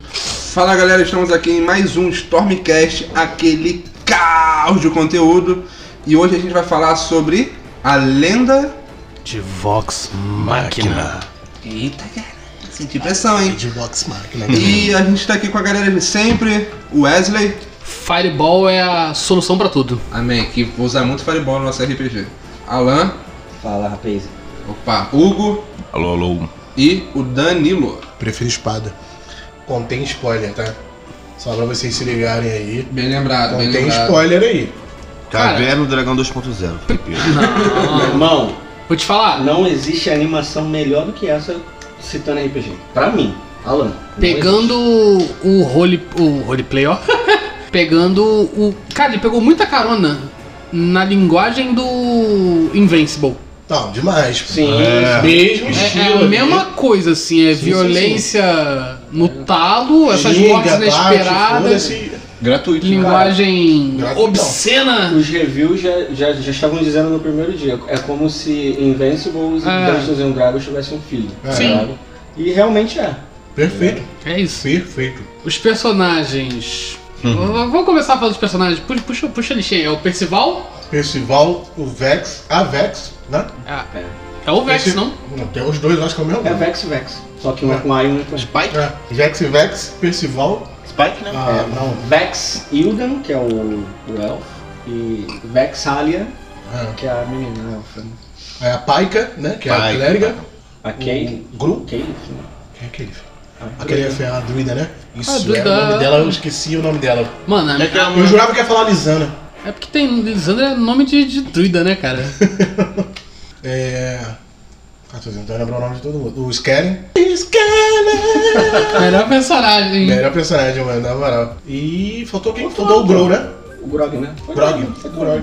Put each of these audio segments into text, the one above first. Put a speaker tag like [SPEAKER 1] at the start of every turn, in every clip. [SPEAKER 1] Fala galera, estamos aqui em mais um Stormcast, aquele caos de conteúdo. E hoje a gente vai falar sobre a lenda.
[SPEAKER 2] De Vox Máquina.
[SPEAKER 1] Eita, cara, senti pressão, hein?
[SPEAKER 3] De Vox Machina.
[SPEAKER 1] E a gente tá aqui com a galera de sempre, o Wesley.
[SPEAKER 4] Fireball é a solução pra tudo.
[SPEAKER 1] Amém, que vou usar muito Fireball no nosso RPG. Alan,
[SPEAKER 5] Fala, rapaz.
[SPEAKER 1] opa, Hugo
[SPEAKER 2] Alô, alô.
[SPEAKER 1] e o Danilo.
[SPEAKER 3] Prefiro espada. Contém spoiler, tá? Só pra vocês se ligarem aí.
[SPEAKER 1] Bem lembrado, bem
[SPEAKER 3] Contém
[SPEAKER 1] lembrado.
[SPEAKER 3] spoiler aí.
[SPEAKER 2] Caverna do Dragão 2.0. Felipe.
[SPEAKER 5] Meu irmão,
[SPEAKER 4] Ah. Vou te falar,
[SPEAKER 5] não existe animação melhor do que essa citando RPG. Pra mim, Alan. não
[SPEAKER 4] pegando o role, o roleplay, ó. pegando o. Cara, ele pegou muita carona na linguagem do Invincible.
[SPEAKER 3] Não, demais. pô.
[SPEAKER 5] Sim,
[SPEAKER 2] É.
[SPEAKER 3] Mesmo
[SPEAKER 4] É,
[SPEAKER 3] estilo.
[SPEAKER 4] é a
[SPEAKER 3] ali.
[SPEAKER 4] mesma coisa, assim, é
[SPEAKER 5] sim,
[SPEAKER 4] violência no talo, essas
[SPEAKER 3] Xinga,
[SPEAKER 4] mortes
[SPEAKER 3] bate,
[SPEAKER 4] inesperadas,
[SPEAKER 3] É. foda-se.
[SPEAKER 1] Gratuito.
[SPEAKER 4] linguagem
[SPEAKER 3] Gratidão.
[SPEAKER 4] obscena.
[SPEAKER 5] Os reviews já, já, já estavam dizendo no primeiro dia. É como se Invincible e
[SPEAKER 4] É.
[SPEAKER 5] Dungeons and Dragons tivessem um filho.
[SPEAKER 3] É.
[SPEAKER 4] Sim.
[SPEAKER 5] sabe? E realmente é.
[SPEAKER 3] Perfeito,
[SPEAKER 4] É isso.
[SPEAKER 3] perfeito.
[SPEAKER 4] Os personagens. V- Vamos começar a falar dos personagens. Puxa, puxa, puxa a lixeira. É o Percival?
[SPEAKER 3] Percival, o Vex, a Vex, né?
[SPEAKER 4] É, é o Vex,
[SPEAKER 3] Esse-
[SPEAKER 4] não?
[SPEAKER 3] Não, tem os dois, eu acho que é o mesmo.
[SPEAKER 5] É Vex Vex. Só que um é com A e um é com E.
[SPEAKER 2] Spike?
[SPEAKER 3] É, Vex e Vex, Percival.
[SPEAKER 2] Spike, né?
[SPEAKER 3] Ah, não.
[SPEAKER 5] Vex Ildan, que é o, o elfo. E Vex Alia, que é a menina elfa.
[SPEAKER 3] É, é a Paika, né? Que é a
[SPEAKER 2] Paika.
[SPEAKER 3] clériga.
[SPEAKER 5] A Kay.
[SPEAKER 3] O Gru.
[SPEAKER 5] Kay? né?
[SPEAKER 3] Quem é aquele? Aquele é a Druida, né? Isso,
[SPEAKER 4] Druida.
[SPEAKER 3] é, o nome dela, eu esqueci o nome dela.
[SPEAKER 4] Mano, é,
[SPEAKER 3] Eu jurava que ia falar Lisana.
[SPEAKER 4] é porque tem. Lisandra é nome de, de druida, né, cara?
[SPEAKER 3] É. Ah, tô tentando lembrar o nome de todo mundo. O Skellen.
[SPEAKER 4] Melhor personagem.
[SPEAKER 3] Melhor personagem, mano, na moral. E faltou quem? Faltou o Grow, né?
[SPEAKER 5] O Grog, né? Foi
[SPEAKER 3] Grog.
[SPEAKER 5] Foi
[SPEAKER 3] Grog.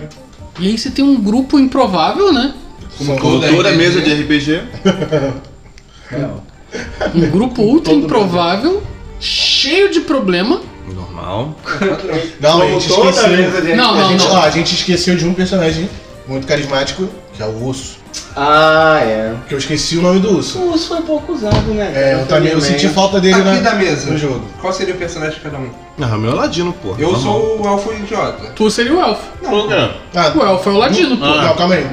[SPEAKER 4] E aí você tem um grupo improvável, né?
[SPEAKER 1] Como
[SPEAKER 3] Como
[SPEAKER 1] toda,
[SPEAKER 2] Toda
[SPEAKER 1] RPG.
[SPEAKER 2] mesa de RPG.
[SPEAKER 5] Não.
[SPEAKER 4] Um grupo ultra improvável, cheio de problema.
[SPEAKER 2] Normal.
[SPEAKER 3] Não, a gente
[SPEAKER 5] Como toda
[SPEAKER 3] esqueceu.
[SPEAKER 5] mesa de
[SPEAKER 4] Não,
[SPEAKER 3] a,
[SPEAKER 4] não,
[SPEAKER 3] gente, ó,
[SPEAKER 4] não.
[SPEAKER 3] a gente esqueceu de um personagem muito carismático, que é o Urso.
[SPEAKER 5] Ah, é.
[SPEAKER 3] Que eu esqueci o nome do Urso.
[SPEAKER 5] O urso foi pouco usado, né?
[SPEAKER 3] É, eu também eu senti falta dele
[SPEAKER 1] Tá Aqui
[SPEAKER 3] tá na,
[SPEAKER 1] da mesa.
[SPEAKER 3] no jogo.
[SPEAKER 1] Qual seria o personagem de cada um?
[SPEAKER 2] Não, Ah, meu ladino, pô.
[SPEAKER 1] Eu sou o elfo idiota.
[SPEAKER 4] Tu seria o elfo.
[SPEAKER 2] Ah,
[SPEAKER 3] Ah,
[SPEAKER 4] O elfo é o ladino, pô.
[SPEAKER 2] Ah.
[SPEAKER 3] não, calma aí.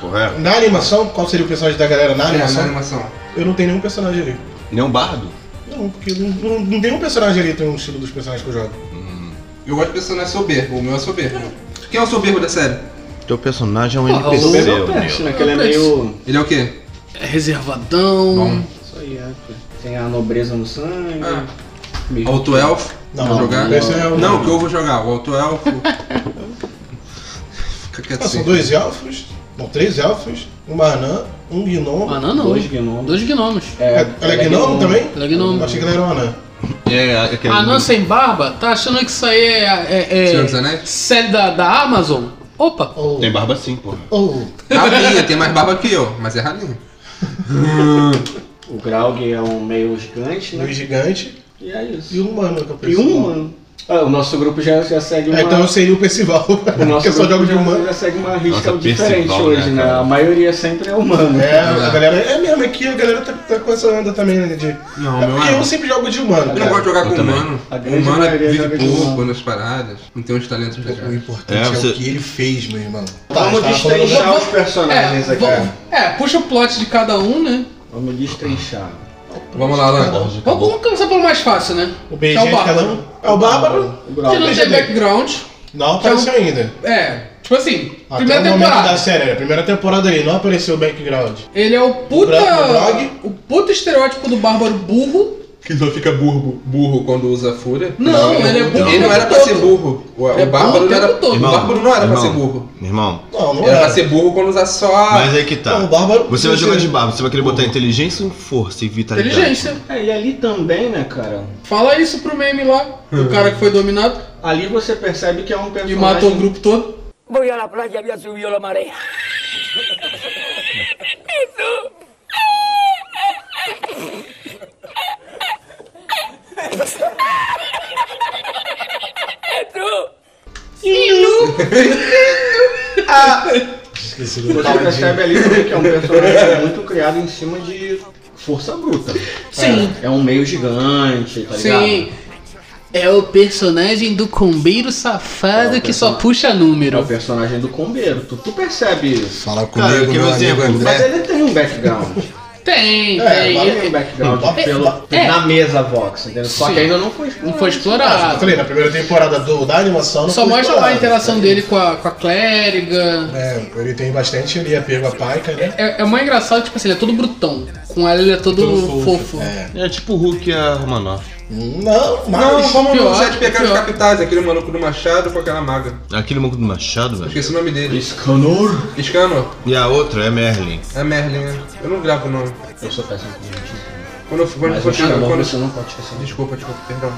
[SPEAKER 2] correto.
[SPEAKER 3] Na animação, qual seria o personagem da galera na
[SPEAKER 1] É, na
[SPEAKER 3] animação?
[SPEAKER 1] animação.
[SPEAKER 3] Eu não tenho nenhum personagem ali.
[SPEAKER 2] Nenhum um bardo?
[SPEAKER 3] Não, porque não, não, não tem um personagem ali, tem um estilo dos personagens que eu jogo.
[SPEAKER 1] Eu gosto de personagem soberbo, o meu é soberbo. Quem é o soberbo da série?
[SPEAKER 2] Teu personagem é um
[SPEAKER 4] Porra,
[SPEAKER 2] NPC,
[SPEAKER 4] o-
[SPEAKER 5] Mas
[SPEAKER 2] meu.
[SPEAKER 5] eu peste, né? Que ele é
[SPEAKER 4] Eu penso.
[SPEAKER 5] meio.
[SPEAKER 1] Ele é o quê?
[SPEAKER 4] É reservadão.
[SPEAKER 1] Bom.
[SPEAKER 5] Isso aí, é. Tem a nobreza no sangue.
[SPEAKER 1] Ah.
[SPEAKER 5] Meio-
[SPEAKER 1] Alto elfo?
[SPEAKER 3] Não,
[SPEAKER 1] Vou jogar?
[SPEAKER 3] esse é o-
[SPEAKER 1] Não, que eu vou jogar, o alto elfo. Fica quieto
[SPEAKER 3] Ah, são
[SPEAKER 1] assim.
[SPEAKER 3] dois elfos, não, três elfos, uma anã, um gnomo.
[SPEAKER 4] Ah, não, não.
[SPEAKER 5] Dois gnomos.
[SPEAKER 4] Dois gnomos.
[SPEAKER 3] É, ela é gnomo também?
[SPEAKER 4] Ela é gnomo.
[SPEAKER 3] Eu Achei que ela era um uma anã.
[SPEAKER 2] É, aquele.
[SPEAKER 4] Ah, não, sem barba? Tá achando que isso aí é. é, é
[SPEAKER 1] Senhor dos Anéis?
[SPEAKER 4] série da, da Amazon? Opa!
[SPEAKER 5] Oh.
[SPEAKER 3] Ou.
[SPEAKER 2] Tem barba sim, pô.
[SPEAKER 3] Ou.
[SPEAKER 1] Ralinha, tem mais barba que eu, mas é ralinha.
[SPEAKER 5] O Graug é um meio gigante,
[SPEAKER 3] Um
[SPEAKER 5] né?
[SPEAKER 3] gigante
[SPEAKER 5] E é isso.
[SPEAKER 3] e um humano que eu
[SPEAKER 5] E
[SPEAKER 3] preciso.
[SPEAKER 5] um humano. Ah, o nosso grupo já, já segue uma.
[SPEAKER 3] É, então eu seria o Percival,
[SPEAKER 5] O nosso
[SPEAKER 3] porque eu só jogo
[SPEAKER 5] grupo
[SPEAKER 3] de
[SPEAKER 5] já,
[SPEAKER 3] humano.
[SPEAKER 5] já segue uma risca
[SPEAKER 2] Nossa,
[SPEAKER 5] diferente
[SPEAKER 2] Percival,
[SPEAKER 5] hoje,
[SPEAKER 2] né,
[SPEAKER 5] né?
[SPEAKER 2] cara?
[SPEAKER 5] A maioria sempre é humano.
[SPEAKER 3] É, a galera. É mesmo, aqui a galera tá, tá com essa onda também, né? De...
[SPEAKER 1] Não,
[SPEAKER 3] é
[SPEAKER 1] meu
[SPEAKER 3] porque
[SPEAKER 1] é.
[SPEAKER 3] eu sempre jogo de humano.
[SPEAKER 1] Eu não gosto de
[SPEAKER 3] Cara.
[SPEAKER 1] jogar com
[SPEAKER 2] também.
[SPEAKER 1] humano.
[SPEAKER 5] A grande
[SPEAKER 1] Humano é
[SPEAKER 5] maioria joga
[SPEAKER 1] vive
[SPEAKER 5] de
[SPEAKER 1] pouco
[SPEAKER 5] humano.
[SPEAKER 1] nas paradas. Não tem uns talentos
[SPEAKER 3] O
[SPEAKER 1] legais.
[SPEAKER 3] importante
[SPEAKER 2] É,
[SPEAKER 3] é,
[SPEAKER 2] você-
[SPEAKER 3] o que ele fez, meu irmão.
[SPEAKER 5] Vamos
[SPEAKER 3] Tá, tá falando-
[SPEAKER 5] destrinchar
[SPEAKER 4] Vamos-
[SPEAKER 5] os personagens
[SPEAKER 4] É,
[SPEAKER 5] aqui.
[SPEAKER 4] vamos- é, puxa o plot de cada um, né?
[SPEAKER 5] Vamos destrinchar.
[SPEAKER 1] Vamos lá, Alan.
[SPEAKER 2] Bardo
[SPEAKER 4] Vamos,
[SPEAKER 2] acabou.
[SPEAKER 4] vamos começar pelo mais fácil, né?
[SPEAKER 3] O
[SPEAKER 4] Que é
[SPEAKER 3] beijinho
[SPEAKER 4] o
[SPEAKER 3] de cada
[SPEAKER 4] Bárbaro.
[SPEAKER 3] um. É o Bárbaro.
[SPEAKER 5] O
[SPEAKER 4] Que não
[SPEAKER 5] Graug.
[SPEAKER 4] tem background.
[SPEAKER 3] Não apareceu ainda.
[SPEAKER 4] É, tipo assim,
[SPEAKER 3] Até
[SPEAKER 4] primeira
[SPEAKER 3] o momento
[SPEAKER 4] temporada.
[SPEAKER 3] da série, a primeira temporada aí, não apareceu o background.
[SPEAKER 4] Ele é o puta.
[SPEAKER 3] Branco, Brog.
[SPEAKER 4] O puta estereótipo do bárbaro burro.
[SPEAKER 1] Que só fica burro, burro quando usa fúria.
[SPEAKER 4] Não, ele é burro
[SPEAKER 1] Ele
[SPEAKER 4] o
[SPEAKER 1] não era
[SPEAKER 4] tempo
[SPEAKER 1] pra ser
[SPEAKER 4] todo.
[SPEAKER 1] burro. O, o
[SPEAKER 4] Ele é burro
[SPEAKER 1] bárbaro
[SPEAKER 4] o
[SPEAKER 1] não era.
[SPEAKER 4] tempo todo.
[SPEAKER 1] O bárbaro não era pra
[SPEAKER 2] irmão,
[SPEAKER 1] ser burro. Ah,
[SPEAKER 2] Meu irmão,
[SPEAKER 3] Não, não
[SPEAKER 1] Era
[SPEAKER 3] era.
[SPEAKER 1] pra ser burro quando usa só.
[SPEAKER 2] mas aí que assim, tá.
[SPEAKER 3] Não, o Bárbaro-
[SPEAKER 2] Você vai jogar
[SPEAKER 3] você-
[SPEAKER 2] de barba, você vai querer botar inteligência, força e vitalidade.
[SPEAKER 4] Inteligência.
[SPEAKER 5] É, e ali também, né, cara?
[SPEAKER 4] Fala isso pro meme lá. O cara que foi dominado
[SPEAKER 5] Ali você percebe que é um
[SPEAKER 4] e
[SPEAKER 5] personagem.
[SPEAKER 4] matou o grupo todo.
[SPEAKER 6] Voy a la playa, había subido la marea.
[SPEAKER 3] Esqueci do
[SPEAKER 5] Você percebe ali também que é um personagem muito criado em cima de força bruta.
[SPEAKER 4] Sim.
[SPEAKER 5] É, é um meio gigante, tá ligado?
[SPEAKER 4] Sim. É o personagem do combeiro safado
[SPEAKER 5] É o
[SPEAKER 4] que só
[SPEAKER 5] person-
[SPEAKER 4] puxa
[SPEAKER 5] É o
[SPEAKER 4] número.
[SPEAKER 5] personagem do combeiro. Tu, tu percebe isso.
[SPEAKER 3] Fala comigo,
[SPEAKER 2] Cara, que
[SPEAKER 1] é
[SPEAKER 3] meu
[SPEAKER 2] exemplo,
[SPEAKER 3] amigo
[SPEAKER 5] Mas
[SPEAKER 3] André.
[SPEAKER 5] ele tem um background.
[SPEAKER 4] Tem,
[SPEAKER 5] É,
[SPEAKER 4] tem.
[SPEAKER 5] ele tem um background
[SPEAKER 4] É,
[SPEAKER 5] pelo-
[SPEAKER 4] é.
[SPEAKER 5] na mesa Vox, entendeu? Só
[SPEAKER 4] Sim.
[SPEAKER 5] que ainda não foi explorado.
[SPEAKER 4] Não foi
[SPEAKER 3] Ah, Eu
[SPEAKER 4] explorado.
[SPEAKER 3] falei, na primeira temporada do, da animação não
[SPEAKER 4] Só
[SPEAKER 3] foi
[SPEAKER 4] mostra lá a
[SPEAKER 3] explorado.
[SPEAKER 4] interação dele com a, com a clériga.
[SPEAKER 3] É, ele tem bastante ali apego à paica, né?
[SPEAKER 4] É, é mais engraçado, tipo assim, ele é todo brutão. Com ela ele é todo,
[SPEAKER 3] Todo
[SPEAKER 4] fofo.
[SPEAKER 3] É.
[SPEAKER 2] É tipo o Hulk e a Romanoff.
[SPEAKER 3] Não, mas.
[SPEAKER 1] Não, vamos
[SPEAKER 4] pior,
[SPEAKER 1] no Sete Pecados
[SPEAKER 4] pior.
[SPEAKER 1] Capitais, aquele maluco do Machado com aquela maga.
[SPEAKER 2] Aquele maluco do Machado, velho.
[SPEAKER 1] Esqueci o nome dele.
[SPEAKER 5] Escanor.
[SPEAKER 1] Escano,
[SPEAKER 2] E a outra é Merlin.
[SPEAKER 1] é Merlin, né? Eu não gravo o nome.
[SPEAKER 5] Eu sou péssimo com gente.
[SPEAKER 1] Quando eu quando eu
[SPEAKER 5] Mas
[SPEAKER 1] for
[SPEAKER 5] eu
[SPEAKER 1] chegar.
[SPEAKER 5] não,
[SPEAKER 1] Quando...
[SPEAKER 5] você não pode esquecer.
[SPEAKER 1] Desculpa, desculpa, perdão.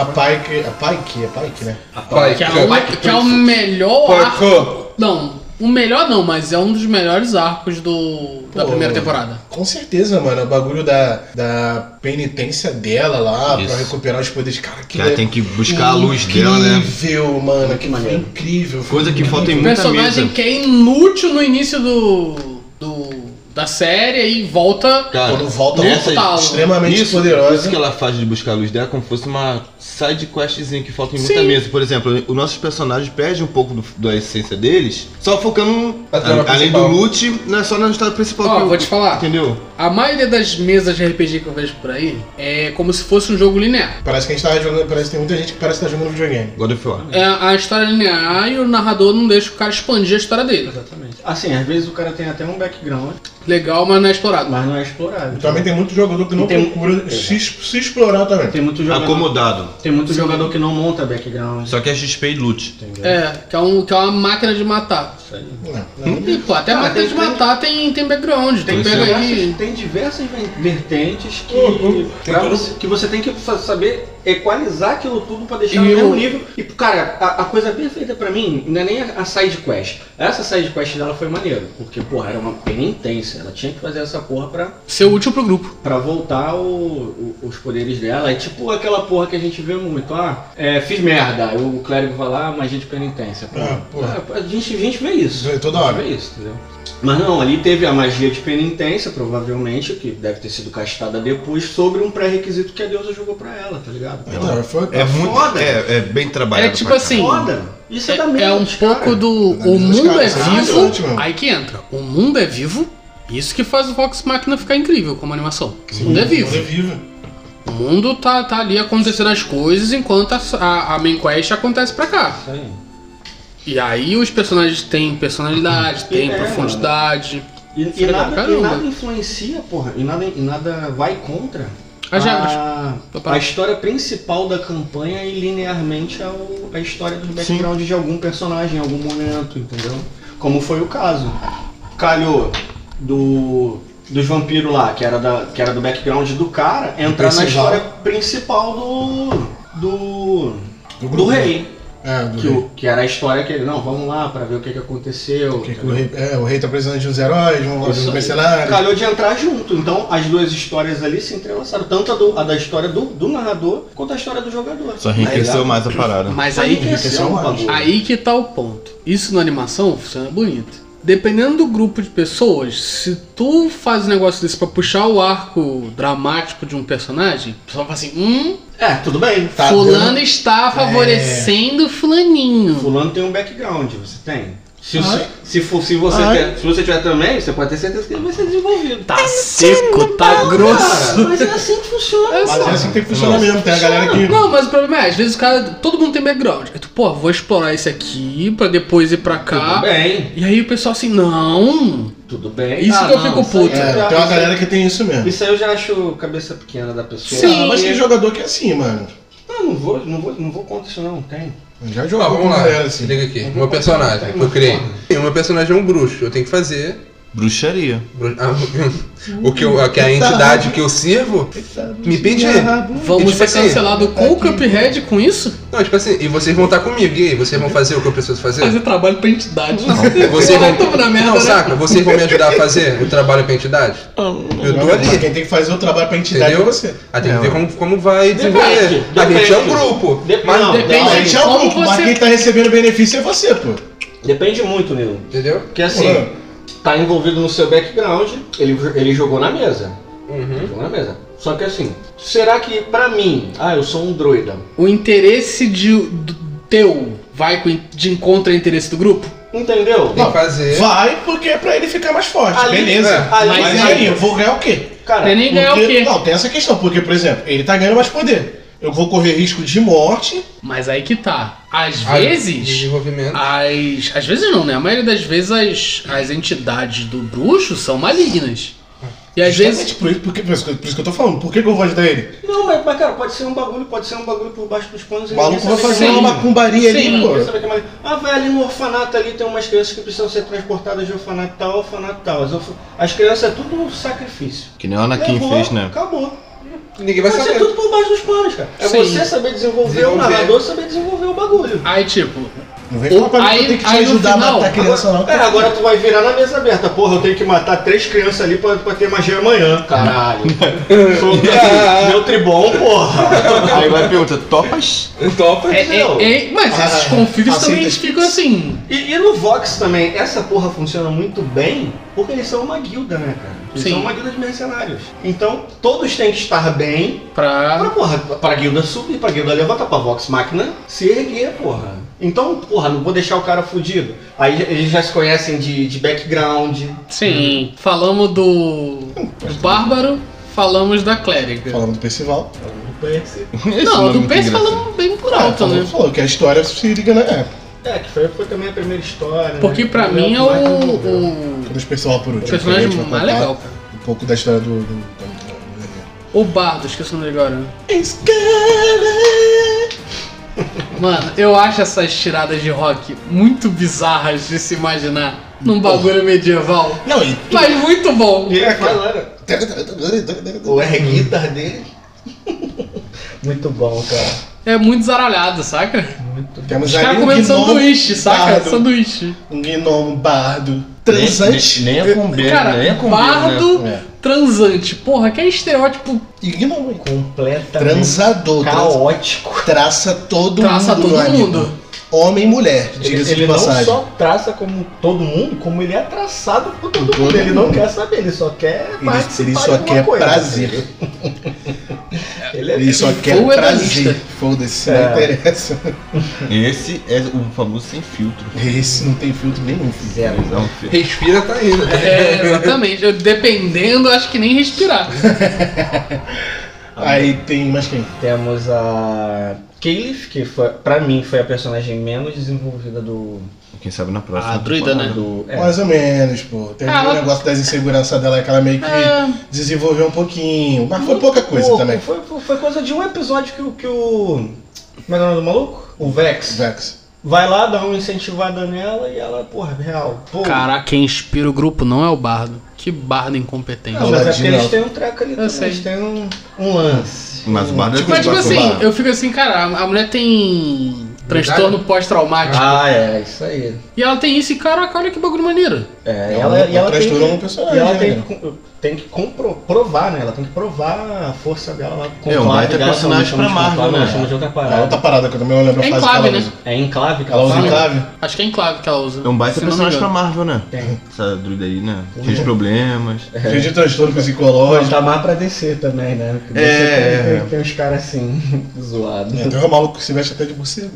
[SPEAKER 3] A Pike. A Pike, é Pike, né?
[SPEAKER 1] Pai,
[SPEAKER 4] Que é, o, que é o melhor arco.
[SPEAKER 1] Porco.
[SPEAKER 4] Não, o melhor não, mas é um dos melhores arcos do, da
[SPEAKER 3] Pô,
[SPEAKER 4] primeira temporada.
[SPEAKER 3] Com certeza, mano. O bagulho da, da penitência dela lá
[SPEAKER 2] Isso.
[SPEAKER 3] pra recuperar os poderes. Cara, que é
[SPEAKER 2] Que ela tem que buscar a luz dela, né?
[SPEAKER 3] Incrível, mano.
[SPEAKER 5] Que
[SPEAKER 3] Que foi
[SPEAKER 5] maneiro.
[SPEAKER 3] incrível. foi
[SPEAKER 2] Coisa que
[SPEAKER 3] incrível.
[SPEAKER 2] falta em
[SPEAKER 4] O
[SPEAKER 2] muita
[SPEAKER 4] personagem
[SPEAKER 2] mesa.
[SPEAKER 4] que é inútil no início do, do- da série e volta.
[SPEAKER 2] Cara,
[SPEAKER 3] Quando volta,
[SPEAKER 2] essa-
[SPEAKER 4] volta aula.
[SPEAKER 3] extremamente
[SPEAKER 2] isso,
[SPEAKER 3] poderosa.
[SPEAKER 2] Isso que ela faz de buscar a luz dela é como se fosse uma side questzinha que falta em muita
[SPEAKER 4] Sim.
[SPEAKER 2] mesa. Por exemplo, os nossos personagens perdem um pouco do- da essência deles, só focando,
[SPEAKER 1] Na trama
[SPEAKER 2] a- além do
[SPEAKER 1] principal.
[SPEAKER 2] loot, não é só na história principal.
[SPEAKER 4] Ó,
[SPEAKER 2] que eu-
[SPEAKER 4] vou te falar.
[SPEAKER 2] Entendeu?
[SPEAKER 4] A maioria das mesas de RPG que eu vejo por aí é como se fosse um jogo linear.
[SPEAKER 3] Parece que a gente tá jogando. Parece que tem muita gente que parece que tá jogando videogame.
[SPEAKER 2] God of War.
[SPEAKER 4] É a história linear e o narrador não deixa o cara expandir a história dele.
[SPEAKER 5] Exatamente. Assim, às vezes o cara tem até um background,
[SPEAKER 4] Legal, mas não é explorado.
[SPEAKER 5] mas não é explorado.
[SPEAKER 3] Também tem muito jogador que não
[SPEAKER 5] E tem-
[SPEAKER 3] procura se, se explorar também.
[SPEAKER 5] Tem muito jogador,
[SPEAKER 2] Acomodado.
[SPEAKER 5] tem muito jogador que não monta background.
[SPEAKER 2] Só que é XP e loot.
[SPEAKER 5] Entendeu?
[SPEAKER 4] É, que é, um, que é uma máquina de matar.
[SPEAKER 5] Isso aí.
[SPEAKER 3] Não, não.
[SPEAKER 4] E, pô, até
[SPEAKER 5] Cara,
[SPEAKER 4] máquina
[SPEAKER 5] tem-
[SPEAKER 4] de matar tem, tem background. Tem
[SPEAKER 2] Tem
[SPEAKER 4] que
[SPEAKER 2] que
[SPEAKER 3] é.
[SPEAKER 4] pegar
[SPEAKER 5] diversas-
[SPEAKER 4] aí.
[SPEAKER 5] tem diversas ven- vertentes que,
[SPEAKER 1] Uhum.
[SPEAKER 5] pra
[SPEAKER 3] um-
[SPEAKER 5] você- que você tem que fa- saber equalizar aquilo tudo pra deixar
[SPEAKER 4] E
[SPEAKER 5] no mesmo
[SPEAKER 4] o-
[SPEAKER 5] nível. E, cara, a, a coisa perfeita pra mim não é nem a, a side quest. Essa side quest dela foi maneira, porque, porra, era uma penitência. Ela tinha que fazer essa porra pra,
[SPEAKER 4] Ser útil pro grupo.
[SPEAKER 5] pra voltar o- o- os poderes dela. É tipo aquela porra que a gente vê muito. Ah, é, fiz merda. Aí o clérigo vai lá, magia de penitência. Pô,
[SPEAKER 3] Ah, porra.
[SPEAKER 5] Ah, a, gente, a gente vê isso.
[SPEAKER 3] Vê é toda
[SPEAKER 5] A gente
[SPEAKER 3] hora.
[SPEAKER 5] Vê É isso, entendeu? Mas não, ali teve a magia de penitência, provavelmente, que deve ter sido castada depois, sobre um pré-requisito que a deusa jogou pra ela, tá ligado?
[SPEAKER 3] Não, Então, foi,
[SPEAKER 2] É muito.
[SPEAKER 5] Foda.
[SPEAKER 2] É, é bem trabalhado.
[SPEAKER 4] É tipo
[SPEAKER 2] pra caralho.
[SPEAKER 4] assim,
[SPEAKER 5] Foda! Isso é, da
[SPEAKER 4] É,
[SPEAKER 5] mente,
[SPEAKER 4] é um
[SPEAKER 5] cara.
[SPEAKER 4] pouco do.
[SPEAKER 3] Tá
[SPEAKER 4] O
[SPEAKER 3] vendo os
[SPEAKER 4] mundo é
[SPEAKER 3] caras, caralho,
[SPEAKER 4] vivo.
[SPEAKER 3] ótimo.
[SPEAKER 4] Aí que entra. O mundo é vivo. Isso que faz o Vox Machina ficar incrível como animação. O mundo é
[SPEAKER 3] Ela é
[SPEAKER 4] vivo.
[SPEAKER 3] viva.
[SPEAKER 4] O mundo tá, tá ali acontecendo as coisas enquanto a, a, a main quest acontece pra cá.
[SPEAKER 5] Isso aí.
[SPEAKER 4] E aí os personagens têm personalidade, têm
[SPEAKER 5] É,
[SPEAKER 4] profundidade.
[SPEAKER 5] E, e
[SPEAKER 4] Filha é da
[SPEAKER 5] nada, e
[SPEAKER 4] caramba.
[SPEAKER 5] nada influencia, porra, e nada, e nada vai contra
[SPEAKER 4] As regras.
[SPEAKER 5] a,
[SPEAKER 4] Total.
[SPEAKER 5] a história principal da campanha e linearmente ao, a história dos backgrounds de algum personagem em algum momento, entendeu? Como foi o caso. Calhou do, dos vampiros lá, que era, da, que era do background do cara, entrar na
[SPEAKER 3] principal.
[SPEAKER 5] história principal do. Do,
[SPEAKER 3] Do
[SPEAKER 5] do
[SPEAKER 3] grupo.
[SPEAKER 5] rei,
[SPEAKER 3] É, do
[SPEAKER 5] que,
[SPEAKER 3] rei.
[SPEAKER 5] o- que era a história que ele, não, vamos lá pra ver o que, que aconteceu.
[SPEAKER 3] Porque que o
[SPEAKER 5] entendeu?
[SPEAKER 3] rei, é, o rei tá precisando de uns heróis, um
[SPEAKER 5] Isso
[SPEAKER 3] um
[SPEAKER 5] aí.
[SPEAKER 3] mercenário.
[SPEAKER 5] Calhou de entrar junto, então as duas histórias ali se entrelaçaram, tanto a, do- a da história do, do narrador quanto a história do jogador.
[SPEAKER 2] Só enriqueceu mais a parada.
[SPEAKER 4] Mas
[SPEAKER 5] Só
[SPEAKER 4] aí que
[SPEAKER 5] enriqueceu o
[SPEAKER 3] mais.
[SPEAKER 5] bagulho.
[SPEAKER 4] Aí que tá o ponto. Isso na animação funciona bonito. Dependendo do grupo de pessoas, se tu faz um negócio desse pra puxar o arco dramático de um personagem, o pessoal fala assim: hum,
[SPEAKER 5] É, tudo bem.
[SPEAKER 3] Tá
[SPEAKER 4] fulano está favorecendo fulaninho.
[SPEAKER 5] Fulano tem um background, você tem. Se, o-
[SPEAKER 3] Ai.
[SPEAKER 5] se, for, se, você
[SPEAKER 3] Ai.
[SPEAKER 5] ter- se você tiver também, você pode ter certeza que ele vai ser desenvolvido.
[SPEAKER 4] Tá seco, tá
[SPEAKER 5] Cara, mas é assim que funciona.
[SPEAKER 4] É
[SPEAKER 3] Mas é assim que tem que funcionar mesmo, tem a galera que.
[SPEAKER 4] Não, mas o problema é, às vezes o cara. Todo mundo tem background. Aí tu, pô, vou explorar esse aqui pra depois ir pra
[SPEAKER 5] Tudo
[SPEAKER 4] cá.
[SPEAKER 5] bem,
[SPEAKER 4] E aí o pessoal assim, não.
[SPEAKER 5] tudo bem. Ah,
[SPEAKER 4] Isso que eu fico
[SPEAKER 5] isso aí
[SPEAKER 4] puto.
[SPEAKER 5] eu
[SPEAKER 3] É,
[SPEAKER 5] já-
[SPEAKER 3] tem uma galera que tem isso mesmo.
[SPEAKER 5] Isso aí eu já acho cabeça pequena da pessoa.
[SPEAKER 4] Sim.
[SPEAKER 3] Ah, mas tem jogador que é assim, mano.
[SPEAKER 5] Não, não vou, não vou, não vou contra isso não, tem.
[SPEAKER 3] Eu Já
[SPEAKER 1] Tá,
[SPEAKER 3] jogou com
[SPEAKER 1] vamos lá,
[SPEAKER 3] galera
[SPEAKER 1] se
[SPEAKER 3] assim.
[SPEAKER 1] liga aqui. Meu personagem, que eu criei. O meu personagem é um bruxo, eu tenho que fazer
[SPEAKER 2] Bruxaria.
[SPEAKER 1] Bru- ah, o que, eu, a, que a entidade que eu sirvo me pedir.
[SPEAKER 4] Vamos
[SPEAKER 1] Eles
[SPEAKER 4] ser
[SPEAKER 1] pensam-
[SPEAKER 4] cancelados com o Cuphead com isso?
[SPEAKER 1] Não, tipo assim, e vocês vão estar comigo, e aí, vocês vão fazer o que eu preciso fazer?
[SPEAKER 4] Fazer trabalho pra entidade.
[SPEAKER 1] Vocês
[SPEAKER 4] Vai
[SPEAKER 1] vão.
[SPEAKER 4] tomar na merda,
[SPEAKER 1] não,
[SPEAKER 4] né? Ah,
[SPEAKER 1] saca? Vocês vão me ajudar a fazer o trabalho pra entidade? Eu tô
[SPEAKER 3] Mas
[SPEAKER 1] ali.
[SPEAKER 3] Quem tem que fazer o trabalho pra entidade é
[SPEAKER 1] Entendeu?
[SPEAKER 3] você.
[SPEAKER 1] Ah, tem que ver como, como vai desenvolver. A
[SPEAKER 5] depende.
[SPEAKER 1] gente é um grupo.
[SPEAKER 5] Depende.
[SPEAKER 1] Mas,
[SPEAKER 5] Não,
[SPEAKER 4] depende.
[SPEAKER 3] a gente é o
[SPEAKER 4] Como
[SPEAKER 3] grupo, mas
[SPEAKER 4] você-
[SPEAKER 3] quem tá recebendo benefício é você, pô.
[SPEAKER 5] Depende muito, Nilo.
[SPEAKER 1] Entendeu?
[SPEAKER 5] Porque assim,
[SPEAKER 3] Ué.
[SPEAKER 5] tá envolvido no seu background, ele, ele jogou na mesa.
[SPEAKER 1] Uhum.
[SPEAKER 5] Jogou na mesa. Só que assim, será que pra mim, ah, eu sou um droida.
[SPEAKER 4] O interesse de, do- teu vai com- de encontro ao interesse do grupo?
[SPEAKER 5] Entendeu?
[SPEAKER 1] Tem que fazer.
[SPEAKER 3] Vai, porque é pra ele ficar mais forte.
[SPEAKER 5] Ali-
[SPEAKER 3] Beleza.
[SPEAKER 5] é, ali-
[SPEAKER 3] mas
[SPEAKER 4] mas
[SPEAKER 3] aí, eu vou ganhar o quê?
[SPEAKER 5] Cara,
[SPEAKER 4] Tem nem ganhar
[SPEAKER 3] Porque-
[SPEAKER 4] o quê?
[SPEAKER 3] Não, tem essa questão. Porque, por exemplo, ele tá ganhando mais poder. Eu vou correr risco de morte.
[SPEAKER 4] Mas aí que tá. Às
[SPEAKER 1] Ah,
[SPEAKER 4] vezes. Ah.
[SPEAKER 1] Desenvolvimento.
[SPEAKER 4] As. Às vezes não, né? A maioria das vezes as, as entidades do bruxo são malignas. E às vezes.
[SPEAKER 3] Justamente Por, isso- porque, por, isso, que- por isso que eu tô falando. Por que, que eu vou ajudar ele?
[SPEAKER 5] não, mas, mas, cara, pode ser um bagulho, pode ser um bagulho por baixo dos panos.
[SPEAKER 3] O
[SPEAKER 5] e
[SPEAKER 3] maluco
[SPEAKER 5] ninguém
[SPEAKER 3] vai
[SPEAKER 5] saber que
[SPEAKER 3] fazer
[SPEAKER 5] é
[SPEAKER 4] sim.
[SPEAKER 3] uma
[SPEAKER 5] maligno.
[SPEAKER 3] macumbaria ali,
[SPEAKER 4] Sim.
[SPEAKER 3] pô.
[SPEAKER 5] Ninguém sabe que é maligno. Ah, vai ali no orfanato ali, tem umas crianças que precisam ser transportadas de orfanato tal, orfanato tal. As, orfa- as crianças é tudo um sacrifício.
[SPEAKER 2] Que nem o Anakin
[SPEAKER 5] Levou,
[SPEAKER 2] fez, né?
[SPEAKER 5] Acabou.
[SPEAKER 1] Ninguém vai
[SPEAKER 5] Mas é
[SPEAKER 1] saber.
[SPEAKER 5] tudo por baixo dos panos, cara. É
[SPEAKER 4] Sim.
[SPEAKER 5] você saber desenvolver, o
[SPEAKER 1] Desenvolver.
[SPEAKER 5] narrador saber desenvelver o bagulho.
[SPEAKER 4] Aí, tipo,
[SPEAKER 3] Não vem falar pra mim que
[SPEAKER 4] Aí-
[SPEAKER 3] eu tenho que te
[SPEAKER 4] aí no
[SPEAKER 3] ajudar a
[SPEAKER 4] final-
[SPEAKER 3] matar a criança, não.
[SPEAKER 4] Então
[SPEAKER 5] Agora, é, agora tu vai virar na mesa aberta. Porra, eu tenho que matar três crianças ali pra, pra ter magia amanhã. Caralho. Sou o tri- meu tribom, porra.
[SPEAKER 2] Aí vai pergunta, topas?
[SPEAKER 1] Topa.
[SPEAKER 4] É, é, é, mas esses
[SPEAKER 3] Ah,
[SPEAKER 4] conflitos também
[SPEAKER 3] aceita.
[SPEAKER 4] ficam assim.
[SPEAKER 5] E, e no Vox também, essa porra funciona muito bem porque eles são uma guilda, né, cara? Eles
[SPEAKER 4] Sim.
[SPEAKER 5] são uma guilda de mercenários. Então, todos têm que estar bem pra,
[SPEAKER 4] Pra.
[SPEAKER 5] porra, pra guilda subir, pra guilda levantar, pra Vox Máquina se erguer, porra. Então, porra, não vou deixar o cara fudido. Aí eles já se conhecem de, de background.
[SPEAKER 4] Sim. Falamos do. do Bárbaro, falamos da clériga.
[SPEAKER 3] Falando do Percival.
[SPEAKER 2] Esse
[SPEAKER 4] Não,
[SPEAKER 2] nome é
[SPEAKER 4] do
[SPEAKER 2] muito
[SPEAKER 4] Pence
[SPEAKER 2] engraçado. É,
[SPEAKER 4] falamos bem por
[SPEAKER 3] Ah,
[SPEAKER 4] alto,
[SPEAKER 3] falou,
[SPEAKER 4] né?
[SPEAKER 3] falou que a história se liga, né? É,
[SPEAKER 5] É, que foi, foi também a primeira história. né?
[SPEAKER 4] Porque pra mim é o. o-
[SPEAKER 3] quando o Percival por último.
[SPEAKER 4] o
[SPEAKER 3] que a
[SPEAKER 4] personagem
[SPEAKER 3] gente vai
[SPEAKER 4] mais
[SPEAKER 3] contar
[SPEAKER 4] legal, cara.
[SPEAKER 3] Um pouco da história do... do, do- do-
[SPEAKER 4] O Bardo, esqueci o nome dele agora. Mano, eu acho essas tiradas de rock muito bizarras de se imaginar num bagulho medieval.
[SPEAKER 3] Não, e...
[SPEAKER 4] Mas muito bom.
[SPEAKER 5] E ele é um fala, olha, o air guitar dele. Muito bom, cara.
[SPEAKER 4] É muito zaralhado, saca?
[SPEAKER 5] Muito bom.
[SPEAKER 3] Temos
[SPEAKER 4] Os
[SPEAKER 3] aí
[SPEAKER 4] caras
[SPEAKER 3] um
[SPEAKER 4] comendo
[SPEAKER 3] gnomo
[SPEAKER 4] sanduíche, saca?
[SPEAKER 3] bardo.
[SPEAKER 4] Sanduíche.
[SPEAKER 3] Um gnomo bardo
[SPEAKER 2] Nem-
[SPEAKER 3] transante.
[SPEAKER 2] Nem, nem é com B,
[SPEAKER 4] Cara,
[SPEAKER 2] nem é com B,
[SPEAKER 4] bardo
[SPEAKER 2] né?
[SPEAKER 3] É.
[SPEAKER 4] transante. Porra, que é estereótipo.
[SPEAKER 3] E gnomo, hein?
[SPEAKER 5] Completamente
[SPEAKER 3] Transador. trans-
[SPEAKER 5] caótico.
[SPEAKER 3] Traça todo
[SPEAKER 4] Traça
[SPEAKER 3] mundo, meu
[SPEAKER 4] todo
[SPEAKER 3] amigo.
[SPEAKER 4] mundo.
[SPEAKER 3] Homem e mulher, diga-se
[SPEAKER 5] Ele
[SPEAKER 3] de
[SPEAKER 5] não
[SPEAKER 3] passagem.
[SPEAKER 5] só traça como todo mundo, como ele é traçado por todo
[SPEAKER 3] Todo
[SPEAKER 5] mundo. Ele não
[SPEAKER 3] mundo.
[SPEAKER 5] quer saber, ele só quer
[SPEAKER 3] Ele-
[SPEAKER 5] participar
[SPEAKER 3] Ele
[SPEAKER 5] de
[SPEAKER 3] só
[SPEAKER 5] alguma
[SPEAKER 3] quer
[SPEAKER 5] coisa.
[SPEAKER 3] prazer.
[SPEAKER 5] Ele é
[SPEAKER 3] Ele só
[SPEAKER 4] Ele
[SPEAKER 3] quer
[SPEAKER 4] foi o
[SPEAKER 3] prazer.
[SPEAKER 4] hedonista.
[SPEAKER 3] Foda-se,
[SPEAKER 5] É.
[SPEAKER 3] não interessa.
[SPEAKER 2] Esse é o famoso sem filtro.
[SPEAKER 3] Esse não tem filtro nenhum, filho.
[SPEAKER 5] zero.
[SPEAKER 2] Ele é um filtro.
[SPEAKER 1] Respira tá indo.
[SPEAKER 4] É, exatamente. Eu, dependendo, acho que nem respirar.
[SPEAKER 3] Aí tem mais quem?
[SPEAKER 5] Temos a Keyleth, que foi, pra mim foi a personagem menos desenvolvida do.
[SPEAKER 2] Quem sabe na próxima.
[SPEAKER 4] Ah, druida, né?
[SPEAKER 5] do é.
[SPEAKER 3] Mais ou menos, pô. Tem
[SPEAKER 4] Ah,
[SPEAKER 3] o
[SPEAKER 4] ela-
[SPEAKER 3] negócio das inseguranças dela que ela meio que
[SPEAKER 4] É.
[SPEAKER 3] desenvolveu um pouquinho. Mas foi pouca coisa
[SPEAKER 5] Pouco,
[SPEAKER 3] também.
[SPEAKER 5] Foi, foi- foi coisa de um episódio que, o- que o. Como é o nome do maluco? O Vex.
[SPEAKER 3] Vex.
[SPEAKER 5] Vai lá, dá uma incentivada nela e ela, porra, real. Pô,
[SPEAKER 4] Caraca, quem inspira o grupo não é o bardo. Que bardo incompetente.
[SPEAKER 5] Não, mas é porque
[SPEAKER 3] Ladino,
[SPEAKER 5] eles
[SPEAKER 3] ela-
[SPEAKER 5] têm um treco ali, também,
[SPEAKER 4] sei.
[SPEAKER 5] eles têm um, um lance.
[SPEAKER 2] Mas o bardo é
[SPEAKER 3] Tipo,
[SPEAKER 4] Mas, tipo
[SPEAKER 2] coisa
[SPEAKER 4] assim,
[SPEAKER 2] bacana.
[SPEAKER 4] eu fico assim, cara, a a mulher tem transtorno pós-traumático.
[SPEAKER 5] é, isso aí.
[SPEAKER 4] E ela tem isso e, caraca, olha que bagulho maneiro.
[SPEAKER 5] É,
[SPEAKER 3] É
[SPEAKER 5] ela,
[SPEAKER 3] um-
[SPEAKER 5] e ela
[SPEAKER 3] um
[SPEAKER 5] tem
[SPEAKER 3] transtorno
[SPEAKER 5] que,
[SPEAKER 3] personagem,
[SPEAKER 5] e ela tem
[SPEAKER 3] né?
[SPEAKER 5] que, com- tem que compro, provar, né? Ela tem que provar a força dela lá.
[SPEAKER 2] É, um baita personagem pra Marvel, né?
[SPEAKER 5] Chama de outra
[SPEAKER 3] A É outra
[SPEAKER 5] parada.
[SPEAKER 3] parada que eu também não lembro a
[SPEAKER 4] É
[SPEAKER 3] frase
[SPEAKER 4] enclave,
[SPEAKER 3] que ela
[SPEAKER 4] né?
[SPEAKER 3] usa.
[SPEAKER 5] É enclave que
[SPEAKER 3] Ela usa
[SPEAKER 4] Sim.
[SPEAKER 3] enclave?
[SPEAKER 4] Acho que é enclave que ela usa.
[SPEAKER 2] É um baita
[SPEAKER 4] se não me
[SPEAKER 2] personagem pra
[SPEAKER 4] engano.
[SPEAKER 2] Marvel, né?
[SPEAKER 5] Tem.
[SPEAKER 2] Essa druida aí, né? Cheio de problemas.
[SPEAKER 5] É.
[SPEAKER 3] Cheio de transtorno psicológico.
[SPEAKER 5] Tá mais pra descer também, né? Porque
[SPEAKER 2] É,
[SPEAKER 5] DC tem,
[SPEAKER 2] é.
[SPEAKER 5] tem, tem uns caras assim, zoados.
[SPEAKER 3] É, tem um maluco que se veste até de morcego.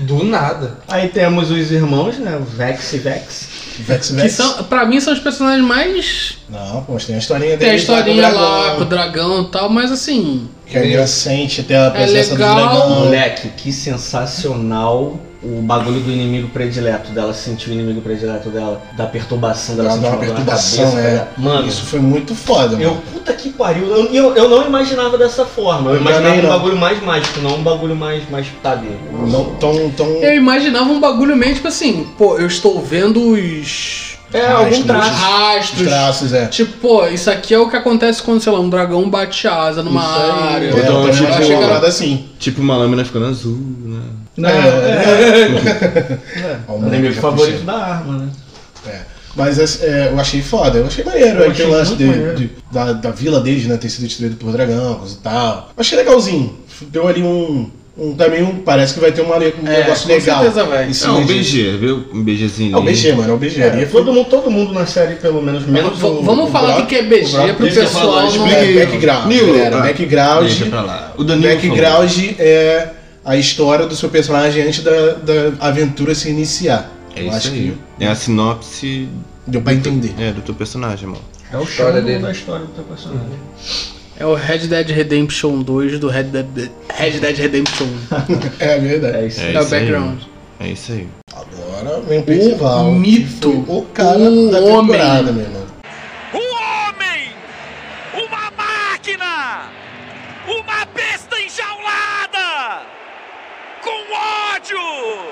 [SPEAKER 1] Do nada.
[SPEAKER 5] Aí temos os irmãos, né? O Vex e Vex.
[SPEAKER 3] Vex,
[SPEAKER 4] Que
[SPEAKER 3] Vex.
[SPEAKER 4] são, pra mim são os personagens mais.
[SPEAKER 3] Não, pô, mas tem a historinha
[SPEAKER 4] Tem a
[SPEAKER 3] deles
[SPEAKER 4] historinha
[SPEAKER 3] tá com o
[SPEAKER 4] lá com o
[SPEAKER 3] dragão,
[SPEAKER 4] dragão e tal, mas assim.
[SPEAKER 3] Que é inocente, tem a presença do
[SPEAKER 4] legal.
[SPEAKER 3] dragão.
[SPEAKER 5] Moleque, que sensacional o bagulho do inimigo predileto dela, sentir o inimigo predileto dela, da perturbação dela,
[SPEAKER 3] Ela
[SPEAKER 5] sentir
[SPEAKER 3] dá uma
[SPEAKER 5] dor na
[SPEAKER 3] perturbação,
[SPEAKER 5] cabeça,
[SPEAKER 3] é.
[SPEAKER 5] cara. Mano,
[SPEAKER 3] Isso foi muito foda,
[SPEAKER 5] eu,
[SPEAKER 3] mano.
[SPEAKER 5] puta que pariu, eu, eu, eu não imaginava dessa forma. Eu
[SPEAKER 3] Eu
[SPEAKER 5] imaginava
[SPEAKER 3] também
[SPEAKER 5] um
[SPEAKER 3] não.
[SPEAKER 5] bagulho mais mágico, não um bagulho mais, mais putadeiro.
[SPEAKER 3] Não tão, tão...
[SPEAKER 4] Eu imaginava um bagulho meio tipo assim, pô, eu estou vendo os.
[SPEAKER 5] É,
[SPEAKER 3] Ah,
[SPEAKER 5] algum
[SPEAKER 3] isso
[SPEAKER 5] traço.
[SPEAKER 3] Os
[SPEAKER 4] rastros.
[SPEAKER 3] traços, é.
[SPEAKER 4] Tipo, pô, isso aqui é o que acontece quando, sei lá, um dragão bate asa numa
[SPEAKER 5] Isso aí.
[SPEAKER 4] área.
[SPEAKER 3] É,
[SPEAKER 2] Eu tô-
[SPEAKER 3] eu
[SPEAKER 2] tipo,
[SPEAKER 3] também achei
[SPEAKER 4] eu-
[SPEAKER 3] uma parada assim.
[SPEAKER 2] Tipo uma lâmina ficando azul, né?
[SPEAKER 5] Não,
[SPEAKER 3] É,
[SPEAKER 5] é.
[SPEAKER 3] Ó,
[SPEAKER 5] O
[SPEAKER 3] o moleque
[SPEAKER 5] inimigo
[SPEAKER 3] já
[SPEAKER 5] favorito
[SPEAKER 3] puxa.
[SPEAKER 5] da arma, né?
[SPEAKER 3] É. Mas é, eu achei foda, eu achei maneiro é,
[SPEAKER 5] Eu achei
[SPEAKER 3] aquele lance
[SPEAKER 5] muito
[SPEAKER 3] de-
[SPEAKER 5] maneiro.
[SPEAKER 3] de- da, da vila deles, né? Ter sido destruído por dragão, coisa e tal. Achei legalzinho. Deu ali um, um, também um, parece que vai ter uma, um
[SPEAKER 4] É,
[SPEAKER 3] negócio
[SPEAKER 4] com
[SPEAKER 3] legal.
[SPEAKER 4] certeza vai.
[SPEAKER 3] em cima
[SPEAKER 2] Não, um
[SPEAKER 3] disso.
[SPEAKER 2] BG, viu? Um BGzinho.
[SPEAKER 3] É o BG, mano, é o BG.
[SPEAKER 5] É,
[SPEAKER 3] ali foi-
[SPEAKER 5] todo, mundo, todo mundo na série, pelo menos, menos
[SPEAKER 4] V-
[SPEAKER 5] o-
[SPEAKER 4] vamos
[SPEAKER 5] o
[SPEAKER 4] falar
[SPEAKER 5] Brock.
[SPEAKER 4] o que que é BG
[SPEAKER 5] Brock
[SPEAKER 4] pro
[SPEAKER 5] deve ter
[SPEAKER 4] pessoal
[SPEAKER 5] falado,
[SPEAKER 4] não-
[SPEAKER 5] explica
[SPEAKER 3] É,
[SPEAKER 5] aí.
[SPEAKER 3] background,
[SPEAKER 2] Nilo,
[SPEAKER 3] galera,
[SPEAKER 2] ah,
[SPEAKER 3] background.
[SPEAKER 2] Deixa pra lá. O Danilo falou.
[SPEAKER 3] Background é a história do seu personagem antes da, da aventura se iniciar.
[SPEAKER 2] É
[SPEAKER 3] Eu
[SPEAKER 2] isso
[SPEAKER 3] acho
[SPEAKER 2] aí.
[SPEAKER 3] que
[SPEAKER 2] É a sinopse
[SPEAKER 3] deu pra entender.
[SPEAKER 2] é, do teu personagem, mano.
[SPEAKER 5] É o
[SPEAKER 1] História
[SPEAKER 5] chão
[SPEAKER 1] dele.
[SPEAKER 5] da história do teu personagem.
[SPEAKER 4] É o Red Dead Redemption 2 do Red Dead, Red Dead Redemption 1.
[SPEAKER 3] É verdade.
[SPEAKER 5] É isso.
[SPEAKER 2] É
[SPEAKER 4] É, o
[SPEAKER 2] isso aí.
[SPEAKER 4] background.
[SPEAKER 2] É isso aí.
[SPEAKER 3] Agora vem o
[SPEAKER 4] O
[SPEAKER 3] principal.
[SPEAKER 4] mito.
[SPEAKER 3] O cara
[SPEAKER 4] o
[SPEAKER 2] um
[SPEAKER 3] da
[SPEAKER 4] homem.
[SPEAKER 3] temporada, meu irmão.
[SPEAKER 7] Um homem! Uma máquina! Uma besta enjaulada! Com ódio!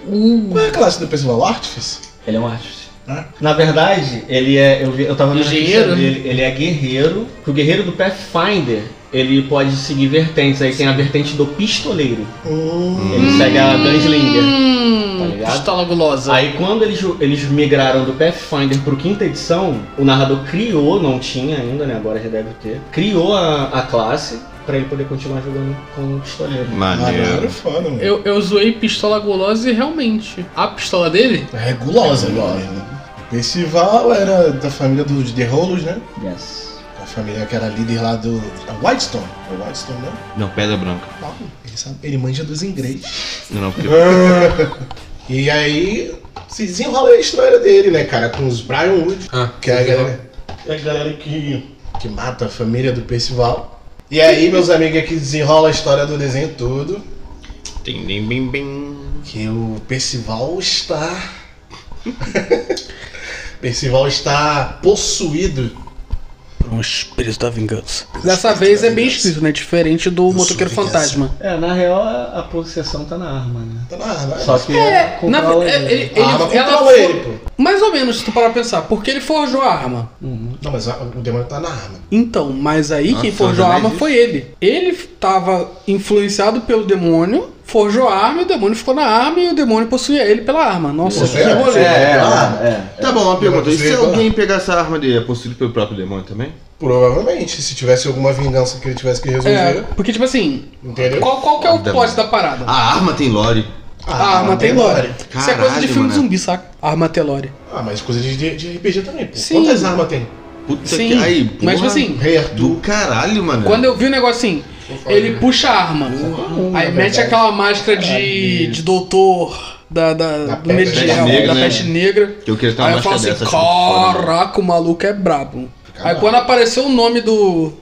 [SPEAKER 4] O
[SPEAKER 3] Qual é a classe do pessoal? Artifice?
[SPEAKER 5] Ele é um artista.
[SPEAKER 3] Hã?
[SPEAKER 5] Na verdade, ele é. Eu, vi- eu tava vendo a ficha
[SPEAKER 4] Engenheiro, né?
[SPEAKER 5] dele. Ele é guerreiro. Porque o guerreiro do Pathfinder, ele pode seguir vertentes. Aí tem a vertente do pistoleiro.
[SPEAKER 3] Hum.
[SPEAKER 5] Ele segue a Gunslinger. Tá
[SPEAKER 4] Hum,
[SPEAKER 5] ligado?
[SPEAKER 4] pistola gulosa.
[SPEAKER 5] Aí quando eles, eles migraram do Pathfinder pro quinta edição, o narrador criou, não tinha ainda, né? Agora já deve ter. Criou a, a classe pra ele poder continuar jogando com o pistoleiro.
[SPEAKER 3] Maneiro,
[SPEAKER 2] Maneiro.
[SPEAKER 3] foda, mano.
[SPEAKER 4] Eu, eu zoei pistola gulosa e realmente. A pistola dele?
[SPEAKER 3] É Regulosa, mano. O Percival era da família dos The Rolos, né?
[SPEAKER 5] Yes.
[SPEAKER 3] A família que era líder lá do. da Whitestone. É Whitestone, né?
[SPEAKER 2] Não, pedra branca.
[SPEAKER 3] Não, ele, sabe, ele manja dos ingleses.
[SPEAKER 2] Não, não, porque.
[SPEAKER 3] e aí se desenrola a história dele, né, cara? Com os Brian Wood,
[SPEAKER 1] Ah,
[SPEAKER 3] que é a galera, é a galera que, que mata a família do Percival. E aí, meus amigos, aqui desenrola a história do desenho todo.
[SPEAKER 2] Tem bem, bem, bem.
[SPEAKER 3] Que o Percival está. Percival está possuído.
[SPEAKER 4] Um espírito da vingança. Dessa vez é bem escrito, né? Diferente do Motoqueiro
[SPEAKER 3] vingança.
[SPEAKER 4] Fantasma.
[SPEAKER 5] É, na real a, a possessão tá na arma, né?
[SPEAKER 3] Tá na arma.
[SPEAKER 5] Só que é,
[SPEAKER 4] Na-
[SPEAKER 5] controla
[SPEAKER 4] é,
[SPEAKER 5] ele.
[SPEAKER 4] ele, ele,
[SPEAKER 3] a arma
[SPEAKER 4] ela
[SPEAKER 3] controla
[SPEAKER 4] for-
[SPEAKER 3] ele, pô.
[SPEAKER 4] Mais ou menos, se tu parar pra pensar. Porque ele forjou a arma.
[SPEAKER 3] Não, mas a- o demônio tá na arma.
[SPEAKER 4] Então, mas aí quem
[SPEAKER 2] Nossa,
[SPEAKER 4] forjou a
[SPEAKER 2] mas
[SPEAKER 4] arma
[SPEAKER 2] isso-
[SPEAKER 4] foi ele. Ele tava influenciado pelo demônio, forjou a arma, e o demônio ficou na arma e o demônio possuía ele pela arma. Nossa,
[SPEAKER 3] Isso
[SPEAKER 4] que
[SPEAKER 3] é,
[SPEAKER 4] rolê.
[SPEAKER 3] é, é.
[SPEAKER 2] Tá bom, uma pergunta. E se
[SPEAKER 3] Não, não.
[SPEAKER 2] alguém pegar essa arma dele, é possuído pelo próprio demônio também?
[SPEAKER 3] Provavelmente, se tivesse alguma vingança que ele tivesse que resolver,
[SPEAKER 4] É, porque tipo assim,
[SPEAKER 3] entendeu?
[SPEAKER 4] qual, qual que é o
[SPEAKER 2] Demônio.
[SPEAKER 4] plot da parada?
[SPEAKER 2] A arma tem lore.
[SPEAKER 3] Ah,
[SPEAKER 4] A arma tem lore. Isso é coisa de
[SPEAKER 2] Caralho,
[SPEAKER 4] filme de
[SPEAKER 2] mano.
[SPEAKER 4] zumbi, saca? A arma tem lore.
[SPEAKER 3] Ah, mas coisa de, de- de RPG também, pô.
[SPEAKER 4] Sim.
[SPEAKER 3] Quantas armas tem?
[SPEAKER 2] Puta
[SPEAKER 4] Sim,
[SPEAKER 2] que. Aí,
[SPEAKER 4] mas,
[SPEAKER 2] porra,
[SPEAKER 4] tipo assim,
[SPEAKER 3] Rei
[SPEAKER 2] Do
[SPEAKER 3] Arthur.
[SPEAKER 2] caralho, mano.
[SPEAKER 4] Quando eu vi o negócio assim, ele puxa a arma, aí
[SPEAKER 3] na
[SPEAKER 4] mete
[SPEAKER 3] verdade.
[SPEAKER 4] aquela máscara de, de doutor da, da,
[SPEAKER 3] Da
[SPEAKER 4] do
[SPEAKER 3] peste
[SPEAKER 4] medieval,
[SPEAKER 2] negra,
[SPEAKER 4] da
[SPEAKER 2] né?
[SPEAKER 4] peste negra.
[SPEAKER 2] Eu queria ter uma
[SPEAKER 4] Aí eu
[SPEAKER 2] máscara
[SPEAKER 4] falo assim,
[SPEAKER 2] dessa, acho muito foda. né?
[SPEAKER 4] caraca, o maluco é brabo. Aí quando apareceu o nome do,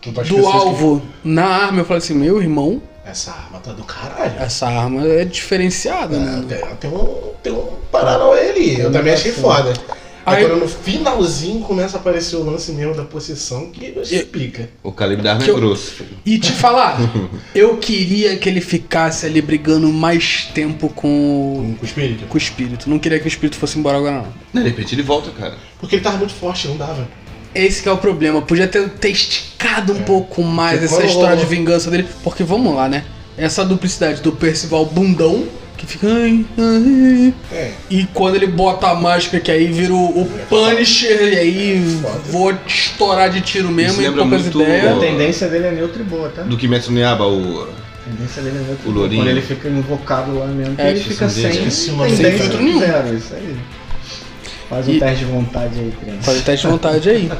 [SPEAKER 3] Tu tá
[SPEAKER 4] do
[SPEAKER 3] esquecendo
[SPEAKER 4] alvo na arma, eu falei assim, meu irmão,
[SPEAKER 3] que- Essa arma tá do caralho.
[SPEAKER 4] essa arma é diferenciada,
[SPEAKER 3] Ah,
[SPEAKER 4] né?
[SPEAKER 3] Tem, tem um, tem um paranauê ali. Eu também achei foda.
[SPEAKER 4] Aí-
[SPEAKER 3] Agora no finalzinho começa a aparecer o lance mesmo da possessão que você pica.
[SPEAKER 2] O calibre da arma
[SPEAKER 4] Que
[SPEAKER 2] é
[SPEAKER 4] eu-
[SPEAKER 2] grosso. filho.
[SPEAKER 4] E te falar, eu queria que ele ficasse ali brigando mais tempo com,
[SPEAKER 3] Com o espírito.
[SPEAKER 4] o- com o espírito. Não queria que o espírito fosse embora agora, não.
[SPEAKER 2] De repente ele volta, cara.
[SPEAKER 3] Porque ele tava muito forte, não dava.
[SPEAKER 4] Esse que é o problema. Podia ter, ter esticado um pouco mais
[SPEAKER 3] Porque
[SPEAKER 4] essa
[SPEAKER 3] quando
[SPEAKER 4] história de
[SPEAKER 3] rolou-
[SPEAKER 4] vingança dele. Porque vamos lá, né? Essa duplicidade do Percival bundão, que fica. Ai, ai, ai.
[SPEAKER 3] É.
[SPEAKER 4] E quando ele bota a máscara, que aí vira o, o Punisher, e aí
[SPEAKER 3] Foda.
[SPEAKER 4] vou te estourar de tiro
[SPEAKER 2] Isso
[SPEAKER 4] mesmo, e
[SPEAKER 2] lembra
[SPEAKER 4] poucas
[SPEAKER 2] muito-
[SPEAKER 5] A
[SPEAKER 4] ideias.
[SPEAKER 5] tendência dele é neutra e boa, tá?
[SPEAKER 2] Do que Metsu Neaba, o.
[SPEAKER 5] A tendência dele é neutra
[SPEAKER 2] O
[SPEAKER 5] e boa.
[SPEAKER 2] lourinho.
[SPEAKER 5] Quando ele fica invocado lá mesmo,
[SPEAKER 4] É,
[SPEAKER 5] ele fica
[SPEAKER 2] esqueci o
[SPEAKER 5] sem
[SPEAKER 2] nome dele.
[SPEAKER 3] Esqueci o nome
[SPEAKER 5] tendência
[SPEAKER 3] dele.
[SPEAKER 5] zero,
[SPEAKER 4] Nenhum.
[SPEAKER 5] isso aí. Faz um
[SPEAKER 4] E-
[SPEAKER 5] teste de vontade aí, Trent.
[SPEAKER 4] Fazer teste de vontade aí.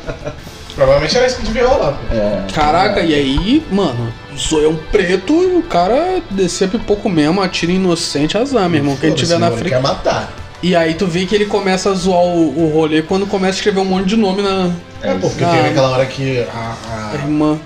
[SPEAKER 3] Provavelmente era isso que devia rolar, pô.
[SPEAKER 5] É.
[SPEAKER 4] Caraca, e aí, mano, o zoião preto e o cara descer pouco mesmo, atira inocente, azar, meu irmão. Quem
[SPEAKER 3] Foda-se,
[SPEAKER 4] tiver na
[SPEAKER 3] mano,
[SPEAKER 4] frente.
[SPEAKER 3] Quer matar.
[SPEAKER 4] E aí tu vê que ele começa a zoar o, o rolê quando começa a escrever um monte de nome na
[SPEAKER 3] É, pô, porque
[SPEAKER 4] Ah.
[SPEAKER 3] teve aquela hora que a,
[SPEAKER 4] na irmã.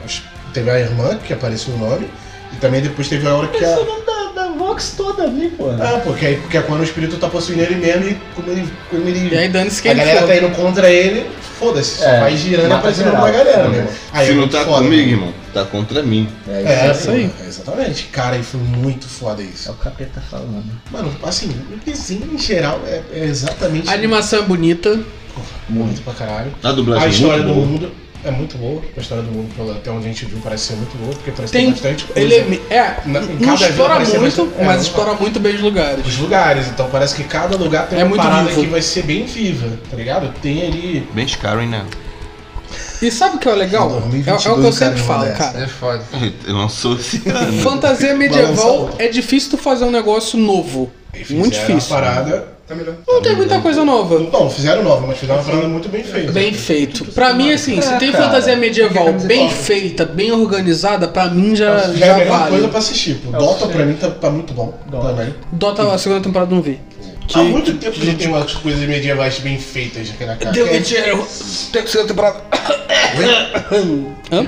[SPEAKER 3] a- acho- teve a irmã que apareceu o nome, e também depois teve a hora que a.
[SPEAKER 5] Esse é o nome da, da Vox toda ali, pô.
[SPEAKER 3] Ah, porque, aí- porque é quando o espírito tá possuindo ele mesmo e como ele. Como ele
[SPEAKER 4] E aí dane-se
[SPEAKER 3] a
[SPEAKER 4] quem
[SPEAKER 3] galera
[SPEAKER 4] for.
[SPEAKER 3] tá indo contra ele, foda-se, só
[SPEAKER 5] É,
[SPEAKER 3] vai girando e
[SPEAKER 5] mata
[SPEAKER 3] aparecendo
[SPEAKER 5] geral, né?
[SPEAKER 3] pra galera,
[SPEAKER 5] foda-se.
[SPEAKER 3] meu irmão.
[SPEAKER 2] Se
[SPEAKER 3] é
[SPEAKER 2] não
[SPEAKER 3] muito
[SPEAKER 2] tá
[SPEAKER 3] foda,
[SPEAKER 2] comigo,
[SPEAKER 3] né?
[SPEAKER 2] irmão, tá contra mim.
[SPEAKER 5] É, isso
[SPEAKER 3] É,
[SPEAKER 5] aí.
[SPEAKER 3] isso
[SPEAKER 4] aí.
[SPEAKER 3] aí. Exatamente. Cara, e foi muito foda
[SPEAKER 5] É
[SPEAKER 3] isso.
[SPEAKER 5] o capeta falando.
[SPEAKER 3] Mano, assim, o desenho em geral é, é exatamente.
[SPEAKER 4] A animação é bonita.
[SPEAKER 3] Muito pra caralho.
[SPEAKER 2] A dublagem
[SPEAKER 3] A
[SPEAKER 2] é
[SPEAKER 3] história do
[SPEAKER 2] muito boa.
[SPEAKER 3] mundo é muito boa. A história do mundo, pelo- até onde a gente viu, parece ser muito boa, porque parece
[SPEAKER 4] Tem
[SPEAKER 3] ter bastante coisa.
[SPEAKER 4] ele é,
[SPEAKER 3] Na- em
[SPEAKER 4] não
[SPEAKER 3] cada vila
[SPEAKER 4] explora
[SPEAKER 3] vai ser
[SPEAKER 4] muito,
[SPEAKER 3] bastante- é,
[SPEAKER 4] mas
[SPEAKER 3] não-
[SPEAKER 4] explora muito bem os lugares.
[SPEAKER 3] os lugares. Então parece que cada lugar tem
[SPEAKER 4] É
[SPEAKER 3] uma
[SPEAKER 4] muito
[SPEAKER 3] parada
[SPEAKER 4] vivo.
[SPEAKER 3] que vai ser bem viva, tá ligado? Tem ali.
[SPEAKER 2] Bem Skyrim, né?
[SPEAKER 4] E sabe o que é o legal?
[SPEAKER 3] Não,
[SPEAKER 4] É, é o que eu
[SPEAKER 3] 2022
[SPEAKER 4] sempre
[SPEAKER 3] o cara
[SPEAKER 4] falo,
[SPEAKER 3] enrola
[SPEAKER 4] cara.
[SPEAKER 1] É foda.
[SPEAKER 2] Eu lançou esse ano.
[SPEAKER 4] Fantasia medieval
[SPEAKER 3] Balançou.
[SPEAKER 4] é difícil tu fazer um negócio novo. Muito
[SPEAKER 3] Fizeram
[SPEAKER 4] difícil.
[SPEAKER 3] uma parada.
[SPEAKER 1] Tá melhor.
[SPEAKER 4] Não tem muita coisa nova.
[SPEAKER 3] Não, fizeram nova, mas fizeram uma parada muito bem feita.
[SPEAKER 4] Bem feito. Pra
[SPEAKER 3] É,
[SPEAKER 4] mim, assim, se tem
[SPEAKER 2] cara.
[SPEAKER 4] fantasia medieval
[SPEAKER 1] Camiseta
[SPEAKER 4] bem
[SPEAKER 1] nova.
[SPEAKER 4] feita, bem organizada, pra mim já,
[SPEAKER 3] Já é a
[SPEAKER 4] já
[SPEAKER 3] melhor coisa
[SPEAKER 4] vale. É
[SPEAKER 3] pra assistir. Pô. Dota pra mim tá, tá muito bom. Também.
[SPEAKER 4] Dota, a segunda temporada eu não vi.
[SPEAKER 3] Há muito tempo que
[SPEAKER 2] tipo
[SPEAKER 3] tem umas coisas medievais bem feitas aqui na cara.
[SPEAKER 4] The Witcher, tem a segunda temporada. Hã?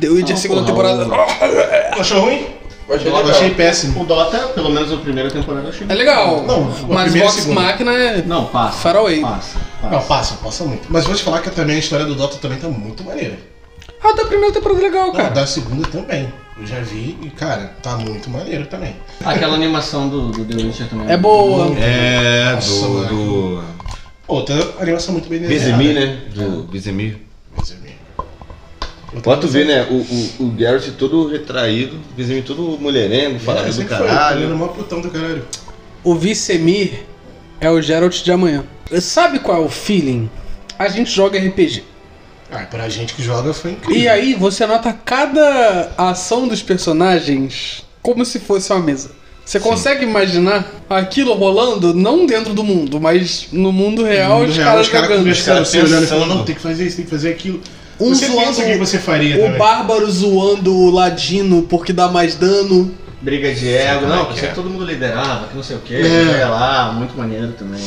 [SPEAKER 4] The Witcher, segunda temporada.
[SPEAKER 3] Achou ruim?
[SPEAKER 1] Pode
[SPEAKER 3] Eu achei péssimo.
[SPEAKER 5] O Dota, pelo menos a primeira temporada, eu achei.
[SPEAKER 4] É legal.
[SPEAKER 3] Não, a
[SPEAKER 4] mas
[SPEAKER 3] primeira e a
[SPEAKER 4] Vox
[SPEAKER 3] segunda.
[SPEAKER 4] Machina é.
[SPEAKER 5] Não, passa.
[SPEAKER 4] Faraway.
[SPEAKER 5] Passa. passa.
[SPEAKER 3] Não, passa, passa muito. Mas vou te falar que também a história do Dota também tá muito maneira.
[SPEAKER 4] Ah, da primeira temporada é legal,
[SPEAKER 3] Não,
[SPEAKER 4] cara.
[SPEAKER 3] da segunda também. Eu já vi e, cara, tá muito maneiro também.
[SPEAKER 5] Aquela animação do, do The Witcher também.
[SPEAKER 4] É boa.
[SPEAKER 2] É,
[SPEAKER 3] Nossa,
[SPEAKER 2] do. do...
[SPEAKER 3] Outra animação muito bem desenhada.
[SPEAKER 2] Bizemir, né? Do Bizemir.
[SPEAKER 3] Bezemir. Outra
[SPEAKER 2] Pode tu ver, né? O, o, o Garrett todo retraído, o Bizemir todo mulherengo, falando
[SPEAKER 3] É,
[SPEAKER 2] do
[SPEAKER 3] sempre foi. Ele era
[SPEAKER 2] caralho.
[SPEAKER 3] o maior putão do caralho.
[SPEAKER 4] O Vicemir é o Geralt de amanhã. Sabe qual é o feeling? A gente joga RPG.
[SPEAKER 3] Ah, pra gente que joga foi incrível.
[SPEAKER 4] E aí você nota cada ação dos personagens como se fosse uma mesa. Você consegue imaginar aquilo rolando, não dentro do mundo, mas no mundo real,
[SPEAKER 3] No
[SPEAKER 4] é, os
[SPEAKER 3] real,
[SPEAKER 4] caras
[SPEAKER 3] os caras
[SPEAKER 4] jogando.
[SPEAKER 3] conversando,
[SPEAKER 2] Os
[SPEAKER 3] se
[SPEAKER 2] caras
[SPEAKER 3] olhando e falando,
[SPEAKER 2] pensando.
[SPEAKER 3] não, tem que fazer isso, tem que fazer aquilo.
[SPEAKER 4] Um
[SPEAKER 3] você pensa o que
[SPEAKER 4] zoando
[SPEAKER 3] você faria né,
[SPEAKER 4] o
[SPEAKER 3] também.
[SPEAKER 4] bárbaro zoando o ladino porque dá mais dano.
[SPEAKER 5] Briga de ego, não, que
[SPEAKER 3] é.
[SPEAKER 5] todo mundo liderava, que não sei o que,
[SPEAKER 3] É.
[SPEAKER 5] é. lá, muito maneiro também.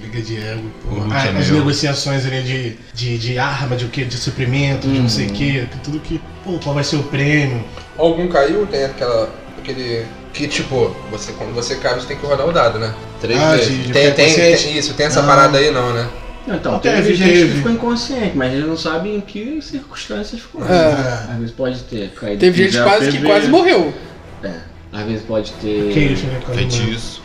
[SPEAKER 3] Liga de ego,
[SPEAKER 2] O
[SPEAKER 3] pô.
[SPEAKER 2] Hulk
[SPEAKER 3] Ah,
[SPEAKER 2] é
[SPEAKER 3] as
[SPEAKER 2] meu.
[SPEAKER 3] negociações ali de, de, de arma, de o que, de suprimento, de não sei o
[SPEAKER 8] Hum.
[SPEAKER 3] que, tudo que. Pô, qual vai ser o prêmio?
[SPEAKER 1] Algum caiu, tem aquela. aquele. Que tipo, você, quando você cai, você tem que rodar o dado, né? Três
[SPEAKER 3] Ah,
[SPEAKER 1] vezes.
[SPEAKER 3] de- de
[SPEAKER 1] tem, tem,
[SPEAKER 3] consciente.
[SPEAKER 1] tem- isso, tem essa
[SPEAKER 3] Não.
[SPEAKER 1] parada aí não, né?
[SPEAKER 5] Então,
[SPEAKER 3] Teve,
[SPEAKER 5] teve, gente
[SPEAKER 3] teve.
[SPEAKER 5] que ficou inconsciente, mas eles não sabem em que circunstâncias ficou.
[SPEAKER 4] É.
[SPEAKER 3] Ah,
[SPEAKER 5] Às vezes pode ter caído.
[SPEAKER 4] Teve gente
[SPEAKER 5] fizeram
[SPEAKER 4] quase que
[SPEAKER 5] PV,
[SPEAKER 4] quase morreu.
[SPEAKER 5] É. Às vezes pode ter.
[SPEAKER 3] Queijo, né? cara?
[SPEAKER 2] Feitiço.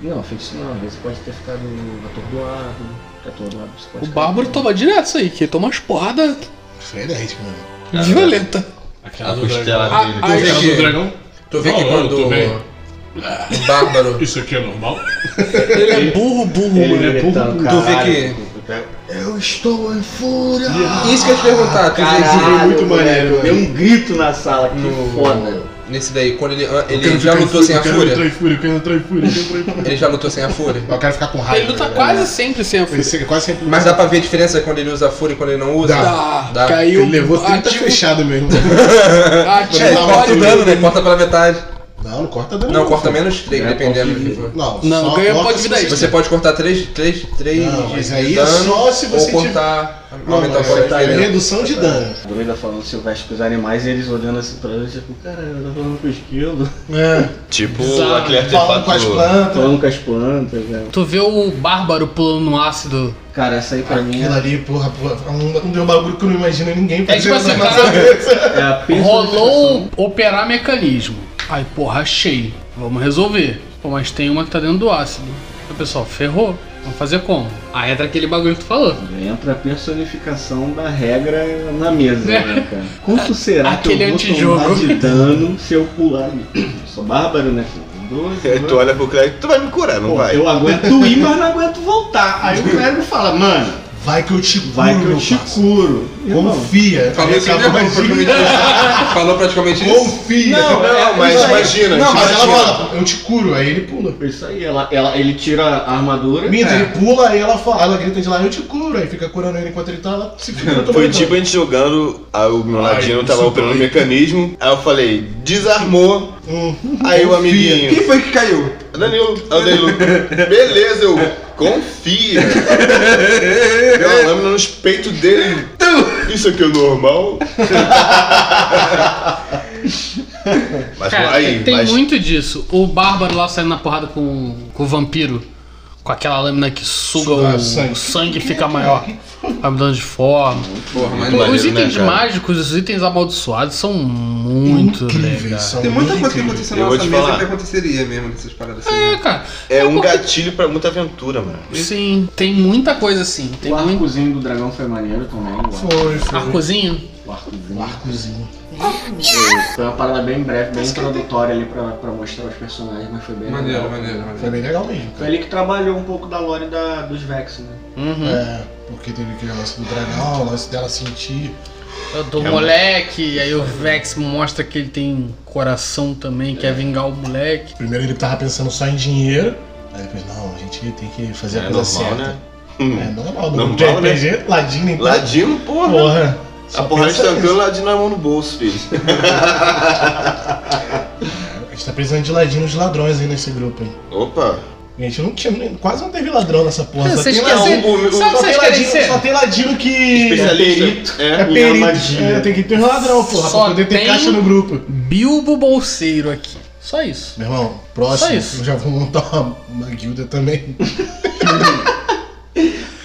[SPEAKER 5] Não, feitiço não, às vezes pode ter ficado atordoado. Atordoado, você pode
[SPEAKER 4] O
[SPEAKER 5] ficar-
[SPEAKER 4] Bárbaro toma direto isso aí, que ele toma umas porradas
[SPEAKER 3] Diferente, mano.
[SPEAKER 4] violenta. Ah, é
[SPEAKER 2] A costela dele.
[SPEAKER 4] A-
[SPEAKER 8] é
[SPEAKER 4] a-
[SPEAKER 1] Aquela do dragão? Tu vê que
[SPEAKER 8] Não,
[SPEAKER 1] quando
[SPEAKER 8] eu tô bem.
[SPEAKER 1] o bárbaro,
[SPEAKER 8] Isso aqui é normal?
[SPEAKER 4] Ele é burro, burro, mano.
[SPEAKER 5] Ele é burro,
[SPEAKER 1] tu vê que...
[SPEAKER 5] Eu estou em fúria!
[SPEAKER 1] Isso que eu ia te perguntar, tu vê
[SPEAKER 5] Caralho,
[SPEAKER 3] muito maneiro,
[SPEAKER 5] moleque, Deu
[SPEAKER 3] velho.
[SPEAKER 5] um grito na sala, que
[SPEAKER 1] No-
[SPEAKER 5] foda.
[SPEAKER 1] que nesse daí, quando ele, ah, ele
[SPEAKER 3] Quero
[SPEAKER 1] já
[SPEAKER 3] ficar em
[SPEAKER 1] lutou sem a
[SPEAKER 3] eu quero entrar
[SPEAKER 1] fúria?
[SPEAKER 3] em fúria, eu quero entrar em fúria, eu quero entrar em fúria.
[SPEAKER 1] Ele já lutou sem a fúria?
[SPEAKER 3] Eu quero ficar com raiva.
[SPEAKER 4] Ele é. luta
[SPEAKER 3] né?
[SPEAKER 4] quase sempre sem a fúria.
[SPEAKER 3] Ele quase sempre
[SPEAKER 1] Mas dá pra ver a diferença quando ele usa a fúria e quando ele não usa?
[SPEAKER 4] Dá,
[SPEAKER 1] Dá.
[SPEAKER 4] que aí
[SPEAKER 3] Ele
[SPEAKER 4] o
[SPEAKER 3] levou 30
[SPEAKER 4] ativo-
[SPEAKER 3] fechado mesmo.
[SPEAKER 4] ativo-
[SPEAKER 1] É,
[SPEAKER 3] Dá
[SPEAKER 1] corta o
[SPEAKER 3] tudo.
[SPEAKER 1] dano, né? Corta pela metade.
[SPEAKER 3] Não, não corta dano.
[SPEAKER 1] Não, corta menos 3,
[SPEAKER 5] É,
[SPEAKER 1] dependendo do
[SPEAKER 5] pode-
[SPEAKER 1] que for.
[SPEAKER 3] Não,
[SPEAKER 4] Não,
[SPEAKER 3] só
[SPEAKER 4] ganha
[SPEAKER 3] corta
[SPEAKER 4] pode
[SPEAKER 3] se
[SPEAKER 4] vida
[SPEAKER 3] você-
[SPEAKER 4] aí.
[SPEAKER 1] Você pode cortar 3, 3, 3
[SPEAKER 3] Não, mas
[SPEAKER 1] de
[SPEAKER 3] aí é
[SPEAKER 1] dano,
[SPEAKER 3] só se você
[SPEAKER 1] ou
[SPEAKER 3] tiver-
[SPEAKER 1] cortar,
[SPEAKER 3] Não,
[SPEAKER 1] aumentar né? o
[SPEAKER 3] mas
[SPEAKER 1] valor
[SPEAKER 3] você tá em
[SPEAKER 1] de
[SPEAKER 3] redução de dano.
[SPEAKER 5] O Druida falando silvestre com os animais e eles olhando assim pra ele, tipo, cara, eu tô falando com o esquilo,
[SPEAKER 3] É.
[SPEAKER 2] Tipo
[SPEAKER 4] Bizarro.
[SPEAKER 2] aquele
[SPEAKER 3] Falando com as
[SPEAKER 2] artefato.
[SPEAKER 3] plantas.
[SPEAKER 5] falando com as plantas, né?
[SPEAKER 4] Tu vê o Bárbaro pulando no ácido.
[SPEAKER 5] Cara, essa aí pra mim
[SPEAKER 2] né?
[SPEAKER 3] Aquilo
[SPEAKER 5] é,
[SPEAKER 3] ali, porra, porra, é um, um bagulho que eu não imagino ninguém
[SPEAKER 4] É tipo assim,
[SPEAKER 3] fazendo na
[SPEAKER 4] cara-
[SPEAKER 3] cabeça.
[SPEAKER 5] é a
[SPEAKER 4] Rolou operar mecanismo. Aí, porra, achei. Vamos resolver. Pô, mas tem uma que tá dentro do ácido. Aí, pessoal, ferrou. Vamos fazer como? Aí entra aquele bagulho que tu falou.
[SPEAKER 5] Entra a personificação da regra na mesa, né, cara? Quanto será
[SPEAKER 4] Aquele
[SPEAKER 5] que eu vou
[SPEAKER 4] antijogo.
[SPEAKER 5] tomar de dano se eu pular ali? Eu sou bárbaro, né? cara? Doze,
[SPEAKER 2] Aí tu
[SPEAKER 5] né?
[SPEAKER 2] olha pro Craig, tu vai me curar, não
[SPEAKER 5] Pô,
[SPEAKER 2] vai?
[SPEAKER 5] eu aguento ir, mas não aguento voltar. Aí o clérigo fala, mano,
[SPEAKER 3] Vai que eu te curo,
[SPEAKER 5] vai que eu
[SPEAKER 3] meu
[SPEAKER 5] te
[SPEAKER 3] parceiro.
[SPEAKER 5] curo. Irmão,
[SPEAKER 3] Confia.
[SPEAKER 1] Falou isso, né?
[SPEAKER 3] Acabou
[SPEAKER 1] Falou
[SPEAKER 3] assim.
[SPEAKER 1] praticamente- Falou praticamente isso.
[SPEAKER 3] Confia.
[SPEAKER 5] Não, é, isso aí.
[SPEAKER 3] Não, mas ela fala, eu te curo. Aí ele pula.
[SPEAKER 5] Isso é. aí, ela, ela, ele tira a armadura.
[SPEAKER 3] Minha, ele pula, aí ela fala, ela grita de lá, eu te curo. Aí fica curando ele enquanto ele tá lá. Se cura,
[SPEAKER 2] Foi tipo a gente jogando, aí o meu
[SPEAKER 3] Ai,
[SPEAKER 2] ladino
[SPEAKER 3] isso
[SPEAKER 2] tava operando o mecanismo, aí eu falei, desarmou,
[SPEAKER 3] Hum.
[SPEAKER 2] aí o amiguinho,
[SPEAKER 1] Quem foi que caiu?
[SPEAKER 2] Danilo, aí o Danilo, beleza, eu confia. Deu uma lâmina nos peitos dele. Isso aqui é normal. mas
[SPEAKER 4] Cara,
[SPEAKER 2] aí,
[SPEAKER 4] tem
[SPEAKER 2] mas
[SPEAKER 4] muito disso. O Bárbaro lá saindo na porrada com, com o vampiro. Com aquela lâmina que suga
[SPEAKER 3] Suga
[SPEAKER 4] o
[SPEAKER 3] sangue.
[SPEAKER 4] sangue, e fica maior. Vai mudando de forma.
[SPEAKER 1] Porra, mas
[SPEAKER 2] Pô,
[SPEAKER 1] não.
[SPEAKER 2] maneiro,
[SPEAKER 4] os itens
[SPEAKER 2] né, cara?
[SPEAKER 4] mágicos, os itens amaldiçoados são muito legais.
[SPEAKER 1] Tem muita coisa que aconteceu na
[SPEAKER 2] Eu vou
[SPEAKER 1] nossa
[SPEAKER 2] te
[SPEAKER 1] mesa
[SPEAKER 2] falar.
[SPEAKER 1] que aconteceria mesmo nessas paradas assim.
[SPEAKER 4] É,
[SPEAKER 1] né?
[SPEAKER 4] cara.
[SPEAKER 2] é um
[SPEAKER 4] porque-
[SPEAKER 2] gatilho pra muita aventura, mano.
[SPEAKER 4] Sim, tem muita coisa assim. Tem
[SPEAKER 5] o
[SPEAKER 4] muito
[SPEAKER 5] arcozinho do dragão foi maneiro também. O, arco,
[SPEAKER 3] Foi, foi. um
[SPEAKER 4] arcozinho.
[SPEAKER 5] o arcozinho. Foi- Foi uma parada bem breve, bem introdutória ali pra, pra mostrar os personagens, mas foi bem
[SPEAKER 1] Maneiro,
[SPEAKER 5] legal.
[SPEAKER 1] maneiro, maneiro.
[SPEAKER 3] Foi bem legal mesmo,
[SPEAKER 5] Foi
[SPEAKER 3] cara.
[SPEAKER 5] ele que trabalhou um pouco da lore da, dos Vex, né?
[SPEAKER 4] Uhum.
[SPEAKER 3] É, Porque teve aquele lance do dragão, o lance dela sentir.
[SPEAKER 4] Eu
[SPEAKER 2] É
[SPEAKER 4] do
[SPEAKER 2] um
[SPEAKER 4] moleque, aí o Vex mostra que ele tem coração também, quer vingar o moleque.
[SPEAKER 3] Primeiro ele tava pensando só em dinheiro. Aí depois, não, a gente tem que fazer a
[SPEAKER 2] É
[SPEAKER 3] coisa
[SPEAKER 2] normal,
[SPEAKER 3] certa.
[SPEAKER 2] né?
[SPEAKER 3] É normal, não
[SPEAKER 2] Normal, né?
[SPEAKER 3] de RPG, ladino então.
[SPEAKER 2] Ladino, porra.
[SPEAKER 3] Porra.
[SPEAKER 2] A
[SPEAKER 3] só
[SPEAKER 2] porra
[SPEAKER 4] é
[SPEAKER 3] pensa
[SPEAKER 2] estancando,
[SPEAKER 3] nisso.
[SPEAKER 2] ladino na mão no bolso, filho.
[SPEAKER 3] A gente tá precisando de ladinos de ladrões aí nesse grupo aí.
[SPEAKER 2] Opa.
[SPEAKER 3] A gente não tinha, quase não teve ladrão nessa porra.
[SPEAKER 4] Cara,
[SPEAKER 3] só
[SPEAKER 4] É, vocês
[SPEAKER 3] tem
[SPEAKER 4] querem
[SPEAKER 3] ladrão.
[SPEAKER 4] ser-
[SPEAKER 2] o- o-
[SPEAKER 4] Sabe o
[SPEAKER 3] Só
[SPEAKER 4] que
[SPEAKER 3] tem
[SPEAKER 4] vocês querem
[SPEAKER 3] ladino,
[SPEAKER 4] ser?
[SPEAKER 3] só tem ladino que. É
[SPEAKER 2] Especialista. É.
[SPEAKER 5] em
[SPEAKER 3] perito.
[SPEAKER 5] armadilha.
[SPEAKER 3] É, tem que ter um ladrão, porra,
[SPEAKER 4] Só
[SPEAKER 3] pra poder ter
[SPEAKER 4] tem-
[SPEAKER 3] caixa no grupo.
[SPEAKER 4] Bilbo Bolseiro aqui. Só isso.
[SPEAKER 3] Meu irmão, próximo,
[SPEAKER 4] Só isso.
[SPEAKER 3] eu já vou montar uma, uma guilda também.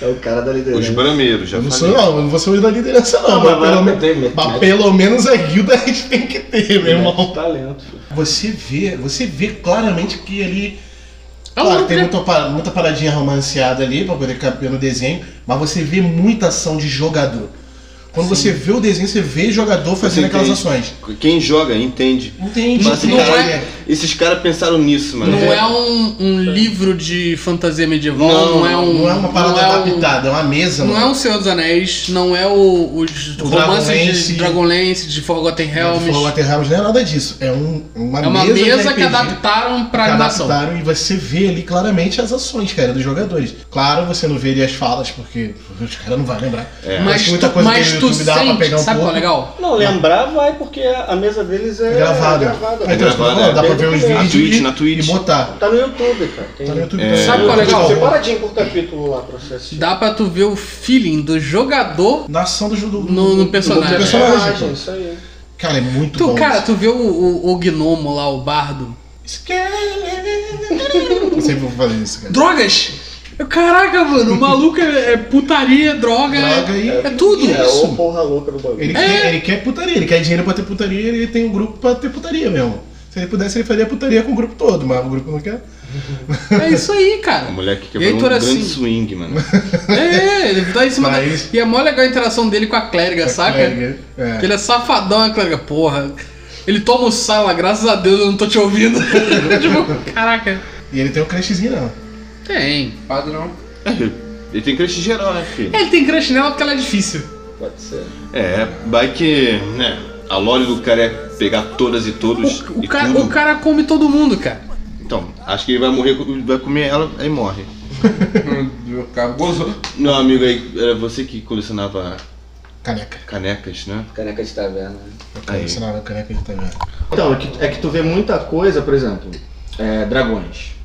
[SPEAKER 5] É o cara da
[SPEAKER 2] Os
[SPEAKER 5] liderança.
[SPEAKER 2] brameiros, já
[SPEAKER 3] Eu não sou,
[SPEAKER 2] falei.
[SPEAKER 3] não, eu não vou ser o da liderança, não.
[SPEAKER 5] Não, mas
[SPEAKER 3] mas,
[SPEAKER 5] vai
[SPEAKER 3] pelo,
[SPEAKER 5] ter,
[SPEAKER 3] men-
[SPEAKER 5] tem-
[SPEAKER 3] mas
[SPEAKER 5] tem-
[SPEAKER 3] pelo menos a guilda a gente tem que ter, meu irmão.
[SPEAKER 5] Talento.
[SPEAKER 3] Você vê, você vê claramente que ali.
[SPEAKER 4] É um
[SPEAKER 3] Claro,
[SPEAKER 4] grupo
[SPEAKER 3] tem
[SPEAKER 4] de-
[SPEAKER 3] muita, pa- muita paradinha romanceada ali pra poder caber no desenho, mas você vê muita ação de jogador. Quando você vê o desenho, você vê jogador fazendo
[SPEAKER 2] Você
[SPEAKER 3] aquelas
[SPEAKER 2] entende.
[SPEAKER 3] ações. tipo
[SPEAKER 2] Quem joga entende.
[SPEAKER 3] Entende?
[SPEAKER 2] Mas
[SPEAKER 4] Não
[SPEAKER 2] caralho,
[SPEAKER 4] é-
[SPEAKER 2] esses caras pensaram nisso, mano.
[SPEAKER 4] Não é um, um livro de fantasia medieval, não,
[SPEAKER 2] Não,
[SPEAKER 4] é um.
[SPEAKER 3] Não é uma parada
[SPEAKER 4] não é um-
[SPEAKER 3] adaptada, é uma mesa.
[SPEAKER 4] Não
[SPEAKER 3] mano.
[SPEAKER 4] é um Senhor dos Anéis, não é o, os
[SPEAKER 3] O
[SPEAKER 4] romances
[SPEAKER 3] Dragonlance. É,
[SPEAKER 4] de Dragonlance, de Forgotten Helms.
[SPEAKER 3] Falou Walter Helms, não é nada disso. É um, uma,
[SPEAKER 4] É uma
[SPEAKER 3] mesa, de
[SPEAKER 4] mesa que
[SPEAKER 3] RPG
[SPEAKER 4] adaptaram pra
[SPEAKER 3] que
[SPEAKER 4] animação.
[SPEAKER 3] adaptaram e você vê ali claramente as ações, cara, dos jogadores. Claro, você não vê ali as falas, porque os caras não vão lembrar.
[SPEAKER 4] É. Mas
[SPEAKER 3] muita
[SPEAKER 4] tu,
[SPEAKER 3] coisa que
[SPEAKER 4] mas
[SPEAKER 3] o
[SPEAKER 4] tu
[SPEAKER 3] YouTube dava pra
[SPEAKER 4] sente,
[SPEAKER 3] pegar um
[SPEAKER 4] sabe qual é
[SPEAKER 3] pouco.
[SPEAKER 4] legal?
[SPEAKER 5] Não, lembrar vai porque a mesa deles é
[SPEAKER 3] É gravado.
[SPEAKER 5] gravada.
[SPEAKER 3] Então,
[SPEAKER 2] gravado,
[SPEAKER 3] tipo,
[SPEAKER 2] é.
[SPEAKER 3] Dá pra ver os
[SPEAKER 5] Na
[SPEAKER 3] vídeos
[SPEAKER 2] Twitch,
[SPEAKER 3] e,
[SPEAKER 2] na Twitch.
[SPEAKER 3] e botar.
[SPEAKER 5] Tá no YouTube, cara. Tem...
[SPEAKER 3] Tá no YouTube.
[SPEAKER 4] Sabe qual é legal?
[SPEAKER 5] Separadinho por capítulo lá pra você assistir.
[SPEAKER 4] Dá pra tu ver o feeling do jogador
[SPEAKER 3] Na ação do, do,
[SPEAKER 4] No- no personagem.
[SPEAKER 3] do
[SPEAKER 5] Personagem,
[SPEAKER 3] personagem, pô.
[SPEAKER 5] isso aí.
[SPEAKER 3] Cara, é muito
[SPEAKER 4] Tu,
[SPEAKER 3] bom.
[SPEAKER 4] cara, tu vê o, o, o gnomo lá, o bardo.
[SPEAKER 3] isso. Eu sempre vou fazer isso, cara.
[SPEAKER 4] Drogas! Caraca, mano, o maluco é, é putaria, droga,
[SPEAKER 3] Droga
[SPEAKER 4] é,
[SPEAKER 3] e-
[SPEAKER 4] é tudo.
[SPEAKER 5] É,
[SPEAKER 3] Isso.
[SPEAKER 5] ô porra louca do bagulho.
[SPEAKER 3] Ele,
[SPEAKER 4] É.
[SPEAKER 3] quer, ele quer putaria, ele quer dinheiro pra ter putaria ele tem um grupo pra ter putaria mesmo. Se ele pudesse, ele faria putaria com o grupo todo, mas o grupo não quer.
[SPEAKER 4] É isso aí, cara.
[SPEAKER 2] O moleque
[SPEAKER 4] E aí,
[SPEAKER 2] quebrou um
[SPEAKER 4] tu era
[SPEAKER 2] grande
[SPEAKER 4] assim.
[SPEAKER 2] swing, mano.
[SPEAKER 4] É, ele tá em cima da...
[SPEAKER 3] Mas-
[SPEAKER 4] E é mó legal a interação dele com a clériga, saca?
[SPEAKER 3] É, é.
[SPEAKER 4] Porque ele é safadão, a clériga, porra. Ele toma o sala, graças a Deus eu não tô te ouvindo. tipo, caraca.
[SPEAKER 3] E ele tem um crushzinho, não.
[SPEAKER 4] Tem.
[SPEAKER 1] Padrão.
[SPEAKER 2] Ele tem crush geral, né, filho?
[SPEAKER 4] Ele tem crush nela porque ela é difícil.
[SPEAKER 5] Pode ser.
[SPEAKER 2] É, vai que, né, a lore do cara é pegar todas e todos
[SPEAKER 4] O,
[SPEAKER 2] e
[SPEAKER 4] o, cara,
[SPEAKER 2] tudo.
[SPEAKER 4] o cara come todo mundo, cara.
[SPEAKER 2] Então, acho que ele vai morrer, vai comer ela, aí morre.
[SPEAKER 1] Hum, Gozou.
[SPEAKER 2] Não, amigo, aí era você que colecionava
[SPEAKER 3] Caneca.
[SPEAKER 2] canecas, né?
[SPEAKER 5] Caneca de taverna.
[SPEAKER 3] Eu
[SPEAKER 2] Aí.
[SPEAKER 3] colecionava caneca de taverna.
[SPEAKER 5] Então, é que, é que tu vê muita coisa, por exemplo, é, dragões.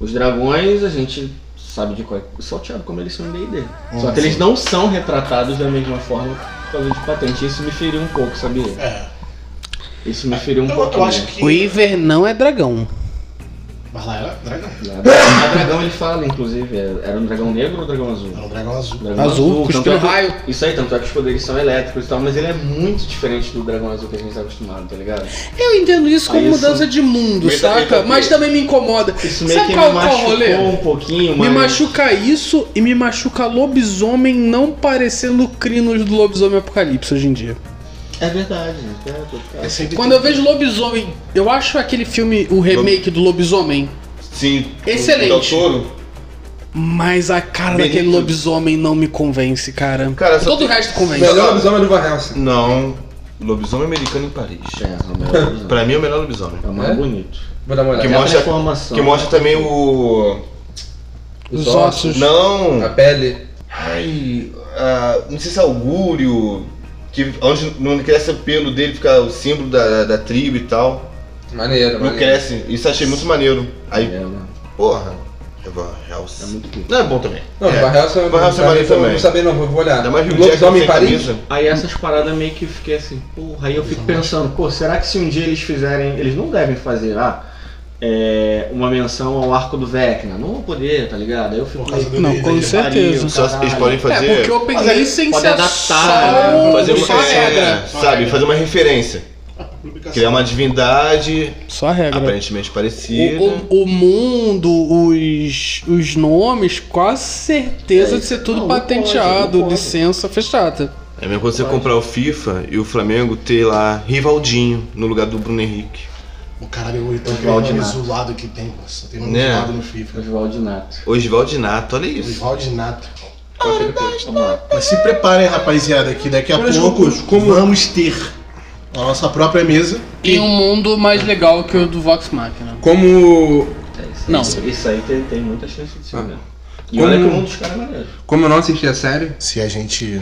[SPEAKER 5] Os dragões, a gente sabe de qual é salteado como eles são em D&D.
[SPEAKER 3] Hum,
[SPEAKER 5] Só que eles não são retratados da mesma forma por causa de patente. Isso me feriu um pouco, sabia?
[SPEAKER 3] É.
[SPEAKER 5] Isso me feriu um
[SPEAKER 3] Eu,
[SPEAKER 5] pouco.
[SPEAKER 3] eu acho que.
[SPEAKER 4] Iver não é dragão.
[SPEAKER 3] Mas lá era dragão.
[SPEAKER 5] tá O dragão ele fala, inclusive, é- era um dragão negro ou um dragão azul?
[SPEAKER 3] Era um dragão azul.
[SPEAKER 5] Dragão
[SPEAKER 4] Azul,
[SPEAKER 5] tanto
[SPEAKER 4] cuspindo
[SPEAKER 5] é,
[SPEAKER 4] raio.
[SPEAKER 5] Isso aí, tanto é que os poderes são elétricos e tal, mas ele é muito diferente do dragão azul que a gente tá acostumado, tá ligado?
[SPEAKER 4] Eu entendo isso como
[SPEAKER 5] Aí, assim,
[SPEAKER 4] mudança de mundo,
[SPEAKER 2] meta-
[SPEAKER 4] saca?
[SPEAKER 2] meta-
[SPEAKER 4] Mas também me incomoda.
[SPEAKER 5] Isso meio
[SPEAKER 4] Sabe
[SPEAKER 5] que
[SPEAKER 4] qual,
[SPEAKER 5] me
[SPEAKER 4] qual é o rolê?
[SPEAKER 5] machucou um pouquinho,
[SPEAKER 4] Me
[SPEAKER 5] mas...
[SPEAKER 4] machuca isso e me machuca lobisomem não parecendo crinos do lobisomem apocalipse hoje em dia.
[SPEAKER 5] É verdade, é, tô-
[SPEAKER 3] É sempre
[SPEAKER 4] Quando eu vejo lobisomem, eu acho aquele filme, o remake do lobisomem,
[SPEAKER 2] Sim.
[SPEAKER 4] Excelente.
[SPEAKER 2] O touro.
[SPEAKER 4] mas a cara
[SPEAKER 2] Benito.
[SPEAKER 4] daquele lobisomem não me convence, cara.
[SPEAKER 2] Cara, só
[SPEAKER 4] Todo o
[SPEAKER 2] tem-
[SPEAKER 4] resto convence.
[SPEAKER 1] Melhor lobisomem do Van Helsing.
[SPEAKER 2] Não, lobisomem americano em Paris.
[SPEAKER 5] É, é o melhor.
[SPEAKER 2] Pra mim é o melhor lobisomem.
[SPEAKER 5] É o mais
[SPEAKER 1] É?
[SPEAKER 5] bonito.
[SPEAKER 1] Vou dar uma
[SPEAKER 2] Que
[SPEAKER 1] olhada.
[SPEAKER 2] mostra,
[SPEAKER 5] transformação.
[SPEAKER 2] que mostra também o...
[SPEAKER 4] Os ossos.
[SPEAKER 1] A
[SPEAKER 2] Não,
[SPEAKER 1] pele.
[SPEAKER 2] ai, ah, não sei se é augúrio, que onde não cresce o pelo dele, fica o símbolo da, da tribo e tal.
[SPEAKER 1] É Maneiro,
[SPEAKER 2] Não
[SPEAKER 1] maneiro.
[SPEAKER 2] cresce, isso eu achei muito maneiro.
[SPEAKER 5] É,
[SPEAKER 2] Aí,
[SPEAKER 5] mano.
[SPEAKER 2] porra, é Van Helsing.
[SPEAKER 5] É muito bonito.
[SPEAKER 2] Não, é bom também.
[SPEAKER 1] Não,
[SPEAKER 2] é.
[SPEAKER 1] Van Helsing é
[SPEAKER 2] Van Helsing é maneiro
[SPEAKER 1] Eu
[SPEAKER 2] também.
[SPEAKER 1] Não sabia não, vou olhar. Um
[SPEAKER 2] Ainda mais Hugh Jackman
[SPEAKER 1] Lobisomem em
[SPEAKER 2] sem
[SPEAKER 1] Paris?
[SPEAKER 2] camisa.
[SPEAKER 5] Aí essas paradas meio que fiquei assim, porra, aí eu fico pensando, pô, será que se um dia eles fizerem. Eles não devem fazer, ah, é, uma menção ao arco do Vecna. Não vão poder, tá ligado? Aí eu fico
[SPEAKER 3] Por causa do
[SPEAKER 4] Não,
[SPEAKER 3] líder.
[SPEAKER 4] com certeza.
[SPEAKER 5] pariu,
[SPEAKER 2] Só
[SPEAKER 5] caralho.
[SPEAKER 2] eles podem fazer...
[SPEAKER 4] É, porque o Open
[SPEAKER 5] Mas aí
[SPEAKER 4] License
[SPEAKER 5] pode
[SPEAKER 4] é
[SPEAKER 5] adaptar,
[SPEAKER 4] só
[SPEAKER 5] né?
[SPEAKER 2] fazer
[SPEAKER 4] só
[SPEAKER 2] uma,
[SPEAKER 4] a
[SPEAKER 2] é,
[SPEAKER 4] regra.
[SPEAKER 2] sabe, fazer uma referência. Criar uma divindade
[SPEAKER 4] Só a regra.
[SPEAKER 2] aparentemente parecida.
[SPEAKER 4] O, o- o mundo, os, os nomes, quase certeza de ser tudo
[SPEAKER 5] Não, não pode,
[SPEAKER 4] patenteado,
[SPEAKER 5] não pode.
[SPEAKER 4] licença fechada.
[SPEAKER 2] É mesmo quando você comprar o FIFA e o Flamengo ter lá Rivaldinho no lugar do Bruno Henrique.
[SPEAKER 3] O caralho, o Itão, aquele
[SPEAKER 5] Valdinato.
[SPEAKER 3] nome azulado que tem, pô. Só tem nome
[SPEAKER 2] Né?
[SPEAKER 3] azulado no FIFA.
[SPEAKER 5] Oswald Nato.
[SPEAKER 2] Oswald Nato, olha isso.
[SPEAKER 3] Oswald Nato.
[SPEAKER 2] Vamos lá.
[SPEAKER 3] Mas se preparem, rapaziada, que daqui a
[SPEAKER 1] Mas,
[SPEAKER 3] pouco
[SPEAKER 1] Gugu, como-
[SPEAKER 3] vamos ter a nossa própria mesa.
[SPEAKER 4] E um mundo mais legal que o do Vox Machina.
[SPEAKER 1] Como,
[SPEAKER 5] Isso,
[SPEAKER 4] Não.
[SPEAKER 5] É Isso, isso aí tem, tem muita chance de ser
[SPEAKER 1] Ah.
[SPEAKER 5] mesmo. E olha que
[SPEAKER 1] Como-
[SPEAKER 5] o mundo dos caras é maneiro.
[SPEAKER 1] como eu não assisti a série,
[SPEAKER 3] Se a gente.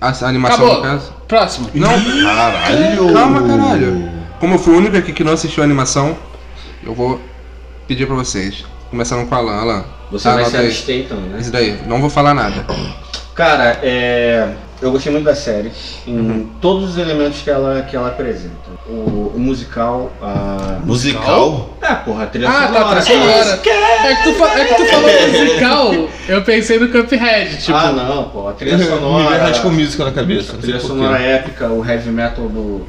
[SPEAKER 1] a, a animação
[SPEAKER 4] Acabou.
[SPEAKER 1] no caso.
[SPEAKER 4] Próximo.
[SPEAKER 1] Não,
[SPEAKER 2] Caralho!
[SPEAKER 1] calma, caralho. Como eu fui o único aqui que não assistiu a animação, eu vou pedir pra vocês. Começando com a Alan. Alan,
[SPEAKER 5] Você
[SPEAKER 4] Ah,
[SPEAKER 5] vai se
[SPEAKER 1] anota aí.
[SPEAKER 5] abster então, né?
[SPEAKER 1] Isso daí, não vou falar nada.
[SPEAKER 5] Cara, é, eu gostei muito da série, em
[SPEAKER 4] Uhum.
[SPEAKER 5] todos os elementos que ela, que ela apresenta. O, o musical, a.
[SPEAKER 2] Musical?
[SPEAKER 5] Ah, porra, a trilha
[SPEAKER 4] Ah, tá,
[SPEAKER 5] sonora.
[SPEAKER 4] tá sonora. É que tu, fa- é que tu falou musical, eu pensei no Cuphead, tipo. Uhum.
[SPEAKER 5] Ah, não, pô, a trilha
[SPEAKER 2] Me veio
[SPEAKER 5] sonora.
[SPEAKER 2] High School Musical na cabeça.
[SPEAKER 5] a
[SPEAKER 2] Não sei
[SPEAKER 5] trilha
[SPEAKER 2] porquê.
[SPEAKER 5] sonora épica, o heavy metal do.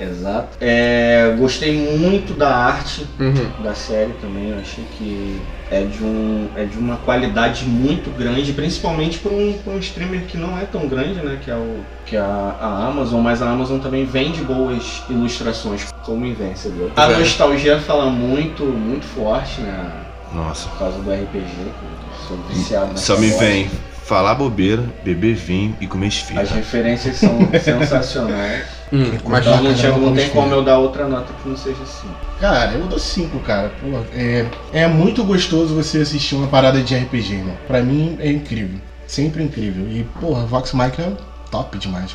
[SPEAKER 5] Exato. É, gostei muito da arte
[SPEAKER 4] Uhum.
[SPEAKER 5] da série também. Eu achei que é de, um, é de uma qualidade muito grande, principalmente para um, pra um streamer que não é tão grande, né? Que é, o, que é a, a Amazon, mas a Amazon também vende boas ilustrações, como Invincible. A
[SPEAKER 1] Vende.
[SPEAKER 5] nostalgia fala muito, muito forte, né?
[SPEAKER 2] Nossa.
[SPEAKER 5] Por causa do RPG, que eu sou viciado nessa
[SPEAKER 2] Só me
[SPEAKER 5] porra.
[SPEAKER 2] vem falar bobeira, beber vinho e comer esfirra.
[SPEAKER 5] As referências são sensacionais.
[SPEAKER 1] Hum, mas
[SPEAKER 5] Então não,
[SPEAKER 3] Bacana,
[SPEAKER 5] tinha, não
[SPEAKER 3] né, vamos
[SPEAKER 5] tem
[SPEAKER 3] ver.
[SPEAKER 5] como eu dar outra nota que não seja assim.
[SPEAKER 3] Cara, eu dou 5, cara. Pô, é, é muito gostoso você assistir uma parada de RPG, mano. Pra mim é incrível. Sempre incrível. E, porra, Vox Machina é top demais.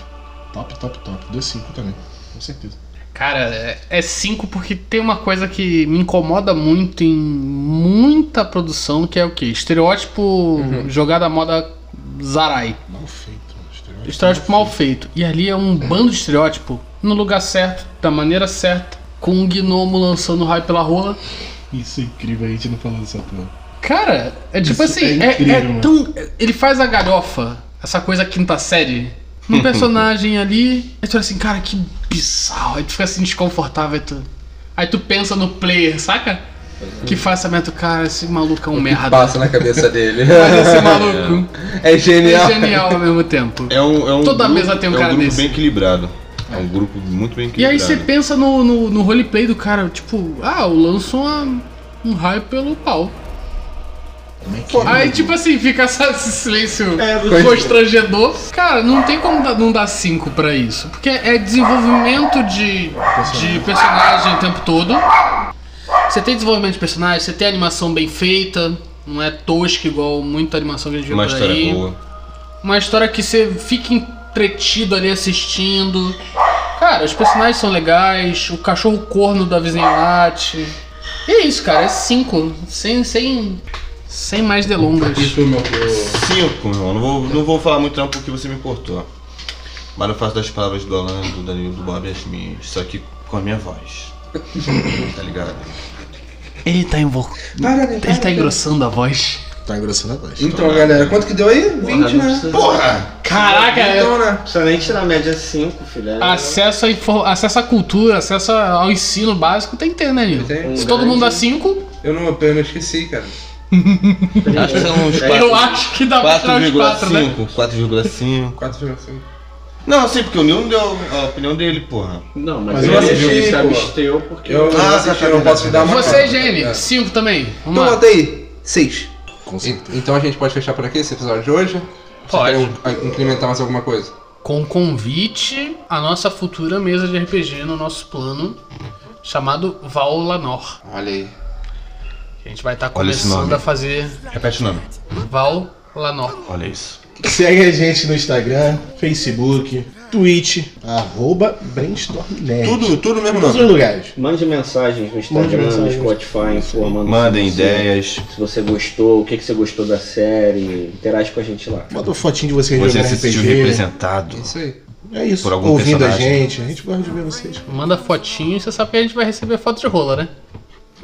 [SPEAKER 3] Top, top, top. Dou 5 também. Com certeza.
[SPEAKER 4] Cara, é 5 porque tem uma coisa que me incomoda muito em muita produção, que é o quê? Estereótipo jogado à moda Zarai.
[SPEAKER 3] Mal feito, mano. Estereótipo.
[SPEAKER 4] Estereótipo mal feito. E ali é um bando de estereótipo no lugar certo, da maneira certa, com um gnomo lançando raio pela rola.
[SPEAKER 3] Isso é incrível, a gente não falou dessa porra.
[SPEAKER 4] Cara, é tipo
[SPEAKER 3] Isso
[SPEAKER 4] assim,
[SPEAKER 3] é
[SPEAKER 4] é,
[SPEAKER 3] incrível,
[SPEAKER 4] é
[SPEAKER 3] mano.
[SPEAKER 4] tão. Ele faz a galhofa, essa coisa quinta série, num personagem ali. Aí tu olha assim, cara, que bizarro. Aí tu fica assim desconfortável. Aí tu, aí tu pensa no player, saca? Que
[SPEAKER 3] Uhum.
[SPEAKER 4] faz essa meta, cara, esse maluco é um merda.
[SPEAKER 1] passa na cabeça dele.
[SPEAKER 4] Esse maluco
[SPEAKER 1] é
[SPEAKER 4] é
[SPEAKER 1] genial.
[SPEAKER 4] genial ao mesmo tempo.
[SPEAKER 2] É um, é um
[SPEAKER 4] Toda
[SPEAKER 2] grupo,
[SPEAKER 4] mesa tem um
[SPEAKER 2] é
[SPEAKER 4] cara
[SPEAKER 2] grupo
[SPEAKER 4] desse.
[SPEAKER 2] bem equilibrado. É um grupo muito bem
[SPEAKER 4] E aí
[SPEAKER 2] equilibrado.
[SPEAKER 4] você pensa no, no, no roleplay do cara, tipo, ah, eu lanço uma- um raio pelo pau.
[SPEAKER 3] Como é que é?
[SPEAKER 4] Aí, tipo assim, fica essa- esse silêncio
[SPEAKER 9] É,
[SPEAKER 4] constrangedor. Cara, não tem como dar- não dar 5 pra isso. Porque é desenvolvimento de, de personagem o tempo todo. Você tem desenvolvimento de personagem, você tem animação bem feita. Não é tosca igual muita animação que a gente vê
[SPEAKER 2] Uma
[SPEAKER 4] por
[SPEAKER 2] história
[SPEAKER 4] aí.
[SPEAKER 2] boa.
[SPEAKER 4] Uma história que você fica entretido ali assistindo. Cara, os personagens são legais, o cachorro corno da vizinha late. E é isso, cara, é 5. Sem, sem, sem mais delongas.
[SPEAKER 1] Isso, meu Deus.
[SPEAKER 2] Cinco, meu irmão. Não vou, não vou falar muito não porque você me cortou. Mas eu faço das palavras do Alan, do Danilo, do Bob as minhas. Só que com a minha voz. tá ligado?
[SPEAKER 4] Ele tá, envo... Ele tá engrossando a voz.
[SPEAKER 3] Tá engrossando a voz.
[SPEAKER 1] Então, galera, quanto que deu aí? 20,
[SPEAKER 5] não
[SPEAKER 1] né?
[SPEAKER 5] precisa-
[SPEAKER 2] Porra!
[SPEAKER 4] Caraca, é-
[SPEAKER 1] Então, né?
[SPEAKER 5] Precisa nem tirar a média 5, filho. É-
[SPEAKER 2] Ah,
[SPEAKER 4] acesso, à info- acesso à cultura, acesso ao ensino básico tem que ter, né, Nilo?
[SPEAKER 1] Tem.
[SPEAKER 4] Se todo mundo dá 5,
[SPEAKER 1] Eu não, eu não esqueci, cara.
[SPEAKER 2] Acho que são uns
[SPEAKER 5] É
[SPEAKER 4] eu acho que dá pra tirar os 4, né?
[SPEAKER 2] 4,5. 4,5.
[SPEAKER 1] 4,5.
[SPEAKER 2] Não, assim, porque o Nil não deu a opinião dele, porra.
[SPEAKER 5] Não, mas,
[SPEAKER 1] Mas
[SPEAKER 5] ele,
[SPEAKER 1] eu assisti,
[SPEAKER 5] ele se
[SPEAKER 1] pô.
[SPEAKER 5] absteu porque.
[SPEAKER 1] Eu não
[SPEAKER 2] Ah,
[SPEAKER 1] assisti,
[SPEAKER 2] tá,
[SPEAKER 1] eu não
[SPEAKER 2] tá,
[SPEAKER 1] posso te dar uma
[SPEAKER 4] Você,
[SPEAKER 1] cara.
[SPEAKER 4] Jenny,
[SPEAKER 1] É.
[SPEAKER 4] 5 também. Vamos
[SPEAKER 1] Então,
[SPEAKER 4] lá.
[SPEAKER 1] bota aí. 6.
[SPEAKER 3] Com certeza.
[SPEAKER 1] Então a gente pode fechar por aqui esse episódio de hoje?
[SPEAKER 4] Pode.
[SPEAKER 1] Você quer in- incrementar mais alguma coisa?
[SPEAKER 4] com convite à nossa futura mesa de RPG no nosso plano, chamado Vallanor.
[SPEAKER 1] Olha aí.
[SPEAKER 4] A gente vai estar
[SPEAKER 2] Olha esse
[SPEAKER 4] começando
[SPEAKER 2] nome.
[SPEAKER 4] a fazer
[SPEAKER 2] Repete o nome.
[SPEAKER 4] Vallanor.
[SPEAKER 2] Olha isso.
[SPEAKER 3] Segue a gente no Instagram, Facebook, Twitch, arroba Brainstorm Nerd.
[SPEAKER 1] Tudo, tudo mesmo
[SPEAKER 3] Todos
[SPEAKER 1] nome.
[SPEAKER 3] os lugares.
[SPEAKER 5] Mande mensagens no
[SPEAKER 3] Mande
[SPEAKER 5] Instagram, no
[SPEAKER 3] mensagens.
[SPEAKER 5] Spotify, informando.
[SPEAKER 2] Mandem
[SPEAKER 5] se você-
[SPEAKER 2] ideias.
[SPEAKER 5] Se você gostou, o que, que você gostou da série. Interage com a gente lá.
[SPEAKER 3] Bota uma fotinho de vocês
[SPEAKER 2] Você
[SPEAKER 3] jogando
[SPEAKER 2] se sentiu
[SPEAKER 3] RPG.
[SPEAKER 2] representado.
[SPEAKER 1] Isso aí.
[SPEAKER 3] É isso.
[SPEAKER 2] por algum
[SPEAKER 3] Ouvindo a
[SPEAKER 2] personagem.
[SPEAKER 3] gente. A gente gosta de ver vocês.
[SPEAKER 4] Manda fotinho, você sabe que a gente vai receber foto de rola, né?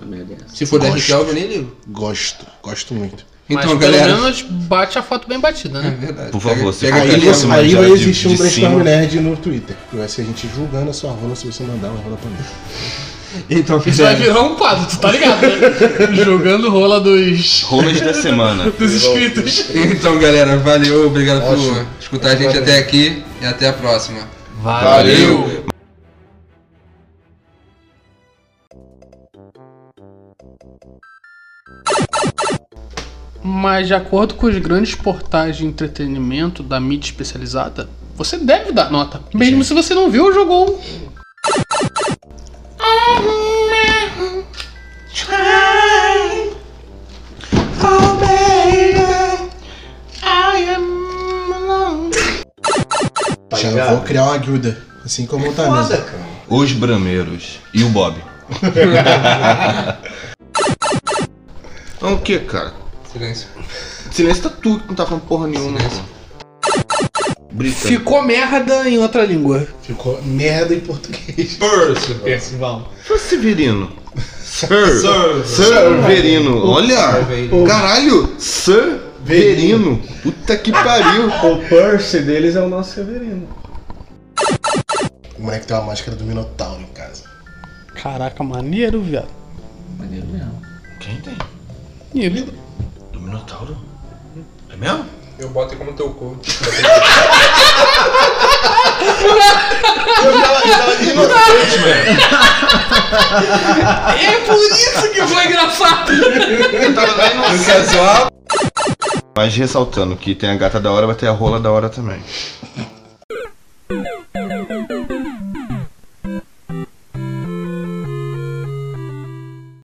[SPEAKER 5] A merda é essa.
[SPEAKER 1] Se for 10
[SPEAKER 3] Gosto.
[SPEAKER 1] de eu nem ligo.
[SPEAKER 3] Gosto. Gosto muito.
[SPEAKER 1] Então,
[SPEAKER 4] Mas
[SPEAKER 1] galera.
[SPEAKER 4] pelo menos bate a foto bem batida,
[SPEAKER 1] É
[SPEAKER 4] né?
[SPEAKER 1] verdade.
[SPEAKER 2] Por favor, você
[SPEAKER 1] pega,
[SPEAKER 2] fica
[SPEAKER 1] pega
[SPEAKER 3] Aí,
[SPEAKER 1] a
[SPEAKER 2] Aquele
[SPEAKER 3] você-
[SPEAKER 2] cima,
[SPEAKER 1] câmera.
[SPEAKER 3] aí
[SPEAKER 2] já
[SPEAKER 3] vai
[SPEAKER 2] de-
[SPEAKER 3] existir um
[SPEAKER 2] de
[SPEAKER 3] Brainstorm
[SPEAKER 2] cima.
[SPEAKER 3] Nerd no Twitter. Que vai ser a gente julgando a sua rola se você mandar uma rola pra mim.
[SPEAKER 1] Então,
[SPEAKER 4] Isso vai
[SPEAKER 1] fizeram.
[SPEAKER 4] virar um quadro, tu tá ligado, né? Jogando rola dos,
[SPEAKER 2] Rolas da semana.
[SPEAKER 4] dos inscritos.
[SPEAKER 1] Então, galera, valeu. Obrigado
[SPEAKER 3] Ótimo.
[SPEAKER 1] por escutar a gente até aqui e até a próxima.
[SPEAKER 2] Valeu.
[SPEAKER 4] Mas de acordo com os grandes portais de entretenimento da mídia especializada, você deve dar nota, mesmo se você não viu ou jogou.
[SPEAKER 3] Já vou criar uma guilda. Assim como o Tamisa.
[SPEAKER 5] Foda, cara.
[SPEAKER 2] Os Brameiros e o Bob. então o que, cara?
[SPEAKER 1] Silêncio.
[SPEAKER 2] Silêncio tá tu que não tá falando porra nenhuma.
[SPEAKER 1] Silêncio.
[SPEAKER 2] Brita.
[SPEAKER 4] Ficou merda em outra língua.
[SPEAKER 3] Ficou merda em português.
[SPEAKER 1] Spurs.
[SPEAKER 5] Vamos.
[SPEAKER 2] Foi Severino. Sir.
[SPEAKER 1] Sir.
[SPEAKER 2] Sir Verino. Olha.
[SPEAKER 1] Severino.
[SPEAKER 2] Caralho. Sir Verino. Puta que pariu.
[SPEAKER 8] O Percy deles é o nosso Severino.
[SPEAKER 3] O moleque tem uma máscara do Minotauro em casa.
[SPEAKER 4] Caraca, maneiro, viado.
[SPEAKER 8] Maneiro mesmo.
[SPEAKER 2] Quem tem?
[SPEAKER 4] Maneiro.
[SPEAKER 2] Do Minotauro? É mesmo?
[SPEAKER 1] Eu boto como teu cu.
[SPEAKER 4] É por isso que foi engraçado.
[SPEAKER 2] Mas ressaltando que tem a gata da hora, vai ter a rola da hora também.